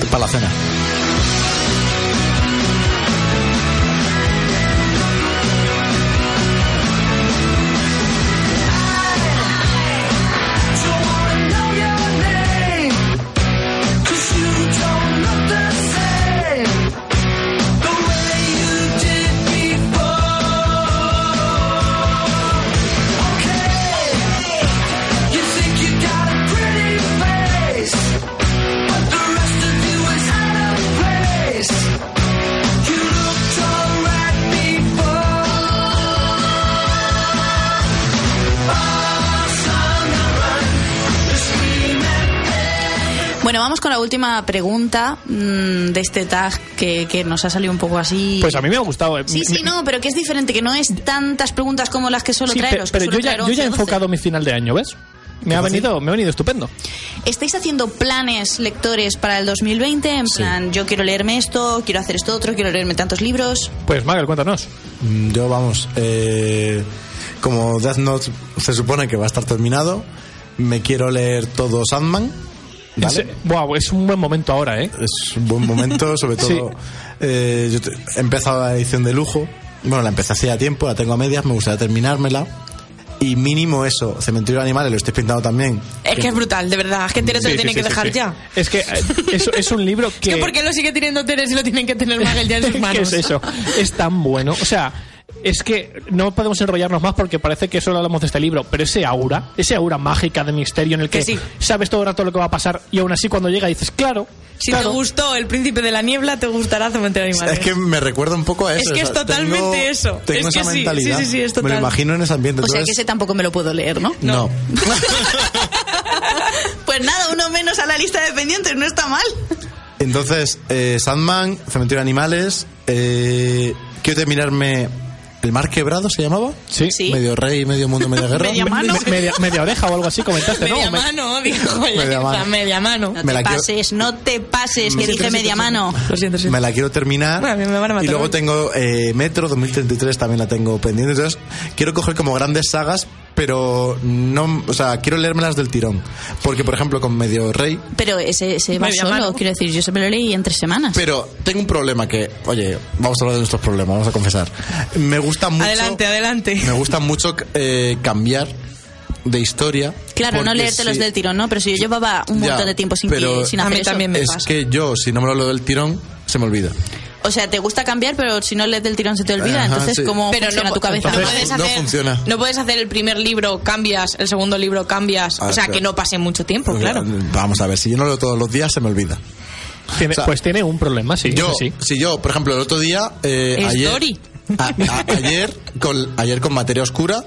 Speaker 5: Para la cena.
Speaker 1: Bueno, vamos con la última pregunta mm, de este tag que, que nos ha salido un poco así.
Speaker 3: Pues a mí me ha gustado. eh.
Speaker 1: Sí,
Speaker 3: Me-
Speaker 1: sí, no, pero que es diferente, que no es tantas preguntas como las que solo
Speaker 3: Sí,
Speaker 1: trae
Speaker 3: pe-
Speaker 1: los que
Speaker 3: pero
Speaker 1: suelo
Speaker 3: yo ya,
Speaker 1: traer
Speaker 3: yo ya he
Speaker 1: 11, 12.
Speaker 3: enfocado mi final de año, ¿ves? Me ha, venido, me ha venido estupendo.
Speaker 1: ¿Estáis haciendo planes lectores para el 2020? En plan, yo quiero leerme esto, quiero hacer esto otro, quiero leerme tantos libros.
Speaker 3: Pues Magel, cuéntanos.
Speaker 5: Mm, Yo, vamos, eh, como Death Note se supone que va a estar terminado, me quiero leer todo Sandman. ¿vale?
Speaker 3: Ese- Buah, es un buen momento ahora, ¿eh?
Speaker 5: Es un buen momento, sobre todo.
Speaker 3: Sí.
Speaker 5: eh, yo te- he empezado la edición de lujo. Bueno, la empecé hacía tiempo, la tengo a medias, me gustaría terminármela. Y mínimo eso, Cementerio de Animales, lo estoy pintando también.
Speaker 4: Es que es brutal, de verdad. Es que Tere
Speaker 3: Sí,
Speaker 4: se lo
Speaker 3: sí,
Speaker 4: tiene
Speaker 3: sí,
Speaker 4: que
Speaker 3: sí,
Speaker 4: dejar
Speaker 3: sí.
Speaker 4: ya.
Speaker 3: Es que eh, es, es un libro que...
Speaker 4: Es que ¿por qué lo sigue teniendo Tere si lo tienen que tener Magel ya en sus manos?
Speaker 3: ¿Qué es eso? Es tan bueno. O sea, es que no podemos enrollarnos más porque parece que solo hablamos de este libro, pero ese aura, ese aura mágica de misterio en el que,
Speaker 4: Que sí.
Speaker 3: sabes todo el rato lo que va a pasar y aún así cuando llega dices, claro,
Speaker 4: Si
Speaker 3: claro.
Speaker 4: te gustó El Príncipe de la Niebla, te gustará Cementerio Animal.
Speaker 5: Es que me recuerda un poco a eso.
Speaker 4: Es que es
Speaker 5: o sea,
Speaker 4: totalmente
Speaker 5: tengo-
Speaker 4: eso.
Speaker 5: Tengo
Speaker 4: Es
Speaker 5: esa
Speaker 4: que sí,
Speaker 5: mentalidad.
Speaker 4: sí, sí, sí, es
Speaker 5: Me
Speaker 4: total.
Speaker 5: lo imagino en ese ambiente.
Speaker 1: O sea que
Speaker 5: entonces-
Speaker 1: ese tampoco me lo puedo leer, ¿no?
Speaker 5: No.
Speaker 1: Pues nada, uno menos a la lista de pendientes, no está mal.
Speaker 5: Entonces, eh, Sandman, Cementerio de Animales. eh, quiero terminarme. ¿El Mar Quebrado se llamaba?
Speaker 3: Sí.
Speaker 1: Sí.
Speaker 5: Medio rey, medio mundo, media guerra.
Speaker 1: Media mano.
Speaker 3: Me- media, media oreja o algo así comentaste, ¿no?
Speaker 4: Media
Speaker 3: Me-
Speaker 4: mano, dijo
Speaker 5: Media
Speaker 4: media
Speaker 5: mano.
Speaker 4: mano. media mano.
Speaker 1: No
Speaker 5: Me la
Speaker 1: te
Speaker 5: quiero-
Speaker 1: pases, no te pases, que
Speaker 5: siento,
Speaker 1: dije
Speaker 5: me
Speaker 1: media mano.
Speaker 4: Lo siento, sí.
Speaker 5: Me la quiero terminar.
Speaker 4: Bueno, a mí me van a matar
Speaker 5: y luego
Speaker 4: hoy.
Speaker 5: tengo eh, Metro 2033 también la tengo pendiente. Entonces, quiero coger como grandes sagas, pero no, o sea, quiero leérmelas del tirón. Porque, por ejemplo, con Medio Rey,
Speaker 1: Pero ese, ese va
Speaker 4: Media
Speaker 1: solo,
Speaker 4: mano.
Speaker 1: quiero decir, yo se me lo leí en tres semanas.
Speaker 5: pero tengo un problema que, oye, vamos a hablar de nuestros problemas, vamos a confesar. Me gusta mucho.
Speaker 4: Adelante, adelante.
Speaker 5: Me gusta mucho eh, cambiar de historia.
Speaker 1: Claro, no
Speaker 5: porque
Speaker 1: leértelos
Speaker 5: si-
Speaker 1: del tirón, ¿no? Pero si yo llevaba un
Speaker 5: Ya,
Speaker 1: montón de tiempo sin,
Speaker 5: pero
Speaker 1: sin
Speaker 5: a
Speaker 1: hacer
Speaker 4: mí
Speaker 1: eso.
Speaker 4: también me
Speaker 5: Es
Speaker 4: pasa.
Speaker 5: que yo, si no me lo leo del tirón, se me olvida.
Speaker 1: O sea, te gusta cambiar, pero si no lees del tirón se te olvida.
Speaker 5: Ajá,
Speaker 1: entonces,
Speaker 5: sí.
Speaker 1: ¿cómo
Speaker 4: Pero
Speaker 1: funciona
Speaker 4: no,
Speaker 1: tu cabeza?
Speaker 4: no
Speaker 5: Entonces,
Speaker 4: puedes
Speaker 5: no
Speaker 4: hacer,
Speaker 5: funciona.
Speaker 4: no puedes hacer el primer libro, cambias, el segundo libro, cambias.
Speaker 5: Ah,
Speaker 4: o sea,
Speaker 5: claro.
Speaker 4: que no pase mucho tiempo,
Speaker 1: Pues
Speaker 4: claro.
Speaker 5: Vamos a ver, si yo no leo todos los días, se me olvida.
Speaker 3: tiene-
Speaker 5: O sea,
Speaker 3: pues tiene un problema, sí.
Speaker 5: yo,
Speaker 3: eso sí.
Speaker 5: Si yo, por ejemplo, el otro día. eh,
Speaker 4: Es
Speaker 5: ayer,
Speaker 4: Dory.
Speaker 5: a- a- ayer, con, ayer con materia oscura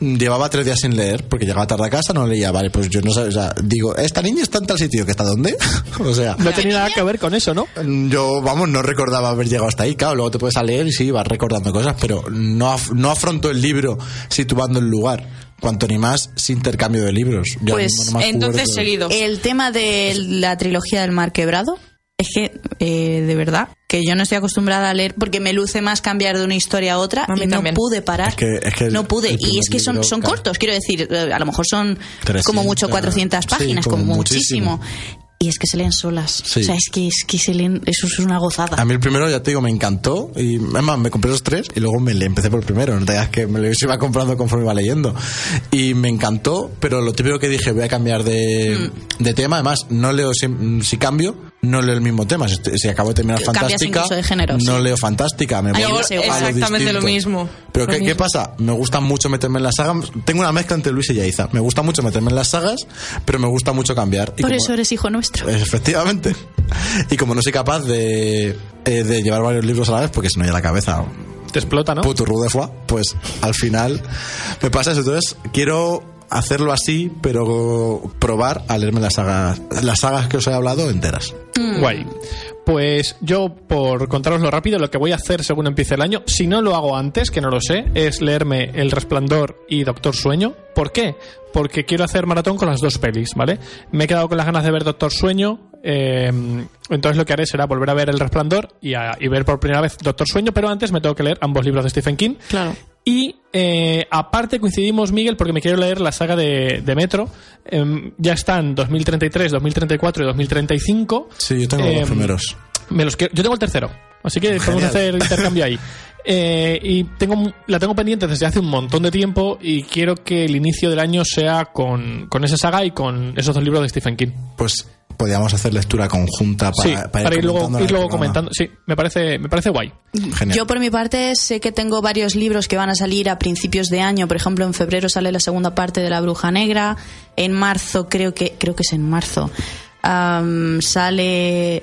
Speaker 5: mm, llevaba tres días sin leer porque llegaba tarde a casa no leía vale pues yo no sé o sea digo esta niña está en tal sitio que está dónde o sea
Speaker 3: No tenía nada que ver con eso, ¿no?
Speaker 5: mm, yo vamos no recordaba haber llegado hasta ahí claro luego te puedes a leer y sí vas recordando cosas pero no af- no afronto el libro situando el lugar cuanto ni más sin intercambio de libros Yo
Speaker 1: Pues,
Speaker 5: mismo no me
Speaker 4: Entonces,
Speaker 5: acuerdo.
Speaker 4: seguido.
Speaker 1: El tema de la trilogía del mar quebrado es que, eh, de verdad, que yo no estoy acostumbrada a leer porque me luce más cambiar de una historia a otra
Speaker 4: A mí
Speaker 1: y no
Speaker 4: también.
Speaker 1: pude parar.
Speaker 5: Es que- es que el-
Speaker 1: no pude.
Speaker 5: el
Speaker 1: Y
Speaker 5: primer
Speaker 1: es que son,
Speaker 5: libro,
Speaker 1: son
Speaker 5: claro.
Speaker 1: cortos, quiero decir, eh, a lo mejor son como
Speaker 5: 300,
Speaker 1: mucho 400 páginas,
Speaker 5: sí,
Speaker 1: como,
Speaker 5: como
Speaker 1: muchísimo.
Speaker 5: muchísimo.
Speaker 1: Y es que se leen solas.
Speaker 5: Sí.
Speaker 1: O sea, es que, es que se leen, eso es una gozada.
Speaker 5: A mí el primero, ya te digo, me encantó. Y además me compré los tres y luego me le empecé por el primero. No te digas que me lo iba comprando conforme iba leyendo. Y me encantó, pero lo típico que dije, voy a cambiar de,
Speaker 1: Mm.
Speaker 5: de tema. Además, no leo, si, si cambio, no leo el mismo tema. Si, si acabo de terminar
Speaker 1: Cambias
Speaker 5: Fantástica,
Speaker 1: incluso de género,
Speaker 5: no
Speaker 1: sí.
Speaker 5: leo Fantástica. Me
Speaker 1: Ay,
Speaker 5: voy
Speaker 1: yo
Speaker 5: a
Speaker 1: sé,
Speaker 5: lo
Speaker 4: exactamente lo
Speaker 5: distinto.
Speaker 4: mismo.
Speaker 5: Pero
Speaker 4: Lo
Speaker 5: ¿qué, qué
Speaker 4: mismo.
Speaker 5: pasa? Me gusta mucho meterme en las sagas. Tengo una mezcla entre Luis y Yaiza. Me gusta mucho meterme en las sagas, pero me gusta mucho cambiar. Y
Speaker 1: Por
Speaker 5: como-
Speaker 1: eso eres hijo nuestro.
Speaker 5: Pues, Efectivamente. Y como no soy capaz de, eh, de llevar varios libros a la vez, porque si no ya la cabeza
Speaker 3: Te explota, ¿no?
Speaker 5: puturru de foie, pues al final me pasa eso. Entonces quiero hacerlo así, pero probar a leerme las sagas, las sagas que os he hablado enteras.
Speaker 3: Guay. Pues yo, por contároslo rápido, lo que voy a hacer según empiece el año, si no lo hago antes, que no lo sé, es leerme El Resplandor y Doctor Sueño. ¿Por qué? Porque quiero hacer maratón con las dos pelis, ¿vale? Me he quedado con las ganas de ver Doctor Sueño, eh, entonces lo que haré será volver a ver El Resplandor y, a- y ver por primera vez Doctor Sueño, pero antes me tengo que leer ambos libros de Stephen King.
Speaker 4: Claro.
Speaker 3: Y eh, aparte coincidimos, Miguel, porque me quiero leer la saga de, de Metro. Em, ya están 2033, 2034 y 2035.
Speaker 5: Sí, yo tengo
Speaker 3: Em,
Speaker 5: los primeros.
Speaker 3: Me los quiero- yo tengo el tercero, así que podemos
Speaker 5: Genial.
Speaker 3: hacer intercambio ahí. Eh, y tengo, la tengo pendiente desde hace un montón de tiempo y quiero que el inicio del año sea con, con esa saga y con esos dos libros de Stephen King.
Speaker 5: Pues podríamos hacer lectura conjunta para,
Speaker 3: sí, para, ir luego,
Speaker 5: comentando en
Speaker 3: ir
Speaker 5: el
Speaker 3: luego
Speaker 5: programa.
Speaker 3: comentando. Sí, me parece, me parece guay.
Speaker 5: Genial.
Speaker 1: Yo por mi parte sé que tengo varios libros que van a salir a principios de año. Por ejemplo, en febrero sale la segunda parte de La Bruja Negra. En marzo creo que creo que es en marzo am, sale.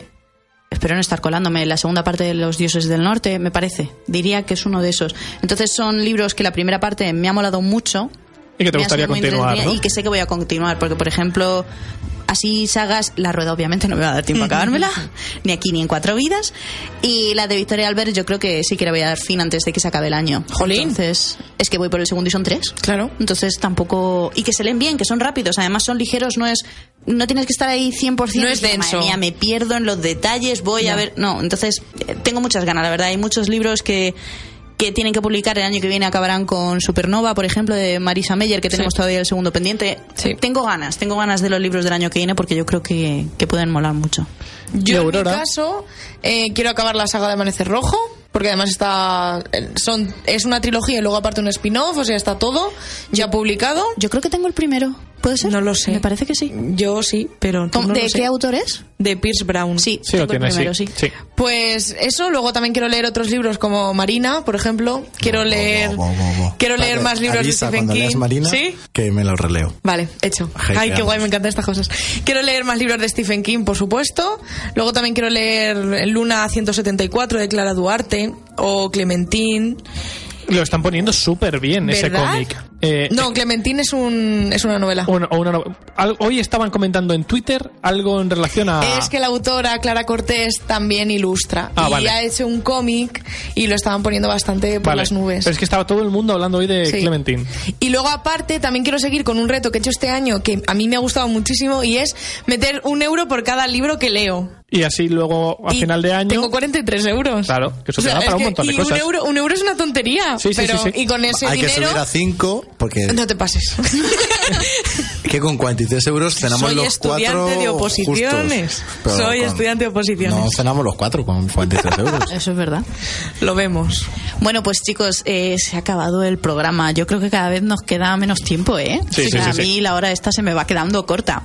Speaker 1: Espero no estar colándome la segunda parte de Los Dioses del Norte. Me parece. Diría que es uno de esos. Entonces son libros que la primera parte me ha molado mucho.
Speaker 3: Y que te
Speaker 1: Me ha
Speaker 3: gustaría
Speaker 1: sido muy
Speaker 3: continuar,
Speaker 1: entretenida
Speaker 3: ¿no?
Speaker 1: Y que sé que voy a continuar, porque por ejemplo, Así sagas, La Rueda obviamente no me va a dar tiempo a acabármela, ni aquí ni en cuatro vidas. Y la de Victoria Albert yo creo que sí que le voy a dar fin antes de que se acabe el año.
Speaker 4: Jolín.
Speaker 1: Entonces, es que voy por el segundo y son tres.
Speaker 4: Claro.
Speaker 1: Entonces tampoco... Y que se leen bien, que son rápidos, además son ligeros, no es... No tienes que estar ahí 100%.
Speaker 4: No es
Speaker 1: Madre
Speaker 4: denso.
Speaker 1: mía, me pierdo en los detalles, voy a ver... No, entonces eh, tengo muchas ganas, la verdad. Hay muchos libros que que tienen que publicar el año que viene acabarán con Supernova, por ejemplo, de Marisa Meyer, que tenemos todavía el segundo pendiente.
Speaker 4: Sí.
Speaker 1: Tengo ganas, tengo ganas de los libros del año que viene porque yo creo que, que pueden molar mucho.
Speaker 3: ¿Y
Speaker 4: Yo en mi
Speaker 3: Aurora?
Speaker 4: caso eh, quiero acabar la saga de Amanecer Rojo, porque además está eh, son es una trilogía y luego aparte un spin-off, o sea, está todo ya publicado.
Speaker 1: Yo creo que tengo el primero. ¿Puede ser?
Speaker 4: No lo sé.
Speaker 1: Me parece que sí.
Speaker 4: Yo sí, pero tú
Speaker 1: ¿Cómo-
Speaker 4: no
Speaker 1: ¿De
Speaker 4: lo
Speaker 1: qué
Speaker 4: sé.
Speaker 1: autor es?
Speaker 4: De Pierce Brown.
Speaker 1: Sí,
Speaker 3: Sí, lo
Speaker 1: tengo el
Speaker 3: tiene,
Speaker 1: primero,
Speaker 3: sí.
Speaker 1: sí.
Speaker 3: sí.
Speaker 4: Pues eso, luego también quiero leer otros libros como Marina, por ejemplo. Quiero leer
Speaker 5: Bo, bo, bo, bo.
Speaker 4: quiero leer
Speaker 5: Espérate,
Speaker 4: más libros
Speaker 5: avisa
Speaker 4: de Stephen
Speaker 5: cuando
Speaker 4: King.
Speaker 5: leas Marina,
Speaker 4: Sí.
Speaker 5: que me lo releo.
Speaker 4: Vale, hecho.
Speaker 5: Ay,
Speaker 4: Ay,
Speaker 5: qué
Speaker 4: qué guay,
Speaker 5: ganas.
Speaker 4: me encantan estas cosas. Quiero leer más libros de Stephen King, por supuesto. Luego también quiero leer Luna 174 de Clara Duarte o Clementine.
Speaker 3: Lo están poniendo súper bien ese
Speaker 4: ¿Verdad?
Speaker 3: cómic. Eh,
Speaker 4: No, Clementine es, un, es una novela.
Speaker 3: o no- o una no- al- hoy estaban comentando en Twitter algo en relación a...
Speaker 4: Es que la autora Clara Cortés también ilustra
Speaker 3: Ah,
Speaker 4: y
Speaker 3: vale.
Speaker 4: ha hecho un cómic y lo estaban poniendo bastante por
Speaker 3: Vale.
Speaker 4: las nubes.
Speaker 3: Pero es que estaba todo el mundo hablando hoy de
Speaker 4: Sí.
Speaker 3: Clementine.
Speaker 4: Y luego aparte también quiero seguir con un reto que he hecho este año que a mí me ha gustado muchísimo y es meter un euro por cada libro que leo.
Speaker 3: Y así luego, a
Speaker 4: Y
Speaker 3: final de año...
Speaker 4: Tengo 43 euros.
Speaker 3: Claro, que eso te da
Speaker 4: es
Speaker 3: para un
Speaker 4: que-
Speaker 3: montón de
Speaker 4: y
Speaker 3: cosas.
Speaker 4: Un euro, un euro es una tontería.
Speaker 3: Sí, sí,
Speaker 4: pero,
Speaker 3: sí, sí.
Speaker 4: Y con ese
Speaker 5: Hay que
Speaker 4: dinero.
Speaker 5: subir a 5 porque
Speaker 4: No te pases.
Speaker 5: que con 43 euros cenamos
Speaker 4: Soy
Speaker 5: los
Speaker 4: estudiante
Speaker 5: cuatro
Speaker 4: de oposiciones.
Speaker 5: justos. Pero
Speaker 4: Soy estudiante de oposiciones.
Speaker 5: No cenamos los cuatro con 43 euros.
Speaker 1: Eso es verdad.
Speaker 4: Lo vemos.
Speaker 1: Bueno, pues chicos, eh, se ha acabado el programa. Yo creo que cada vez nos queda menos tiempo, ¿eh?
Speaker 3: Sí,
Speaker 1: O
Speaker 3: sí,
Speaker 1: sea,
Speaker 3: sí,
Speaker 1: a
Speaker 3: sí.
Speaker 1: mí la hora esta se me va quedando corta.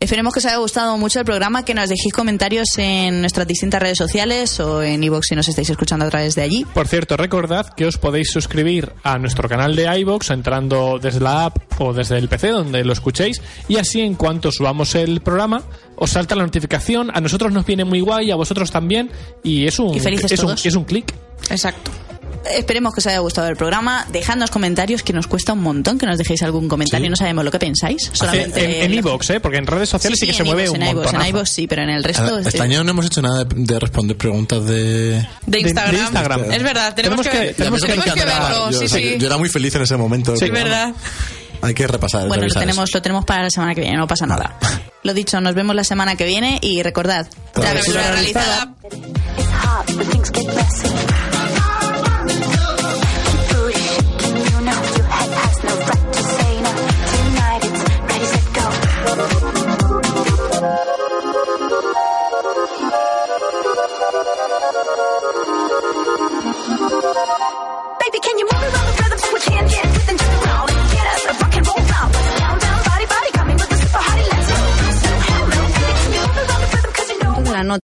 Speaker 1: Esperemos que os haya gustado mucho el programa, que nos dejéis comentarios en nuestras distintas redes sociales o en iVoox si nos estáis escuchando a través de allí.
Speaker 3: Por cierto, recordad que os podéis suscribir a nuestro canal de iBox entrando desde la app o desde el PC donde lo escuchéis y así en cuanto subamos el programa os salta la notificación, a nosotros nos viene muy guay, a vosotros también y es un
Speaker 1: Y felices
Speaker 3: es un,
Speaker 1: todos.
Speaker 3: es un clic.
Speaker 4: Exacto.
Speaker 1: Esperemos que os haya gustado el programa. Dejadnos comentarios, que nos cuesta un montón que nos dejéis algún comentario.
Speaker 3: Sí.
Speaker 1: No sabemos lo que pensáis. Solamente
Speaker 3: En en
Speaker 1: lo-
Speaker 3: iVoox, ¿eh? porque en redes
Speaker 1: Sí,
Speaker 3: sociales sí,
Speaker 1: sí,
Speaker 3: que se
Speaker 1: en
Speaker 3: mueve
Speaker 1: iVoox,
Speaker 3: un
Speaker 1: en iVoox, en
Speaker 3: montonazo.
Speaker 1: iVoox sí, pero en el resto...
Speaker 5: Este año no hemos hecho nada de, de responder preguntas de... Este.
Speaker 4: De
Speaker 3: De- de
Speaker 4: Instagram.
Speaker 3: Instagram.
Speaker 4: Es verdad, tenemos,
Speaker 3: Tenemos que-
Speaker 4: que,
Speaker 3: tenemos que
Speaker 5: encantar.
Speaker 4: verlo.
Speaker 5: yo,
Speaker 4: Sí,
Speaker 5: o sea,
Speaker 4: sí.
Speaker 5: yo era muy feliz en ese momento.
Speaker 3: Sí,
Speaker 4: Es verdad.
Speaker 5: Hay que repasar.
Speaker 1: Bueno, lo
Speaker 5: revisar eso.
Speaker 1: tenemos, lo tenemos para la semana que viene, no pasa nada. Lo dicho, nos vemos la semana que viene y recordad,
Speaker 5: Travesura
Speaker 1: travesura realizada.
Speaker 2: It's hard, but things get messy.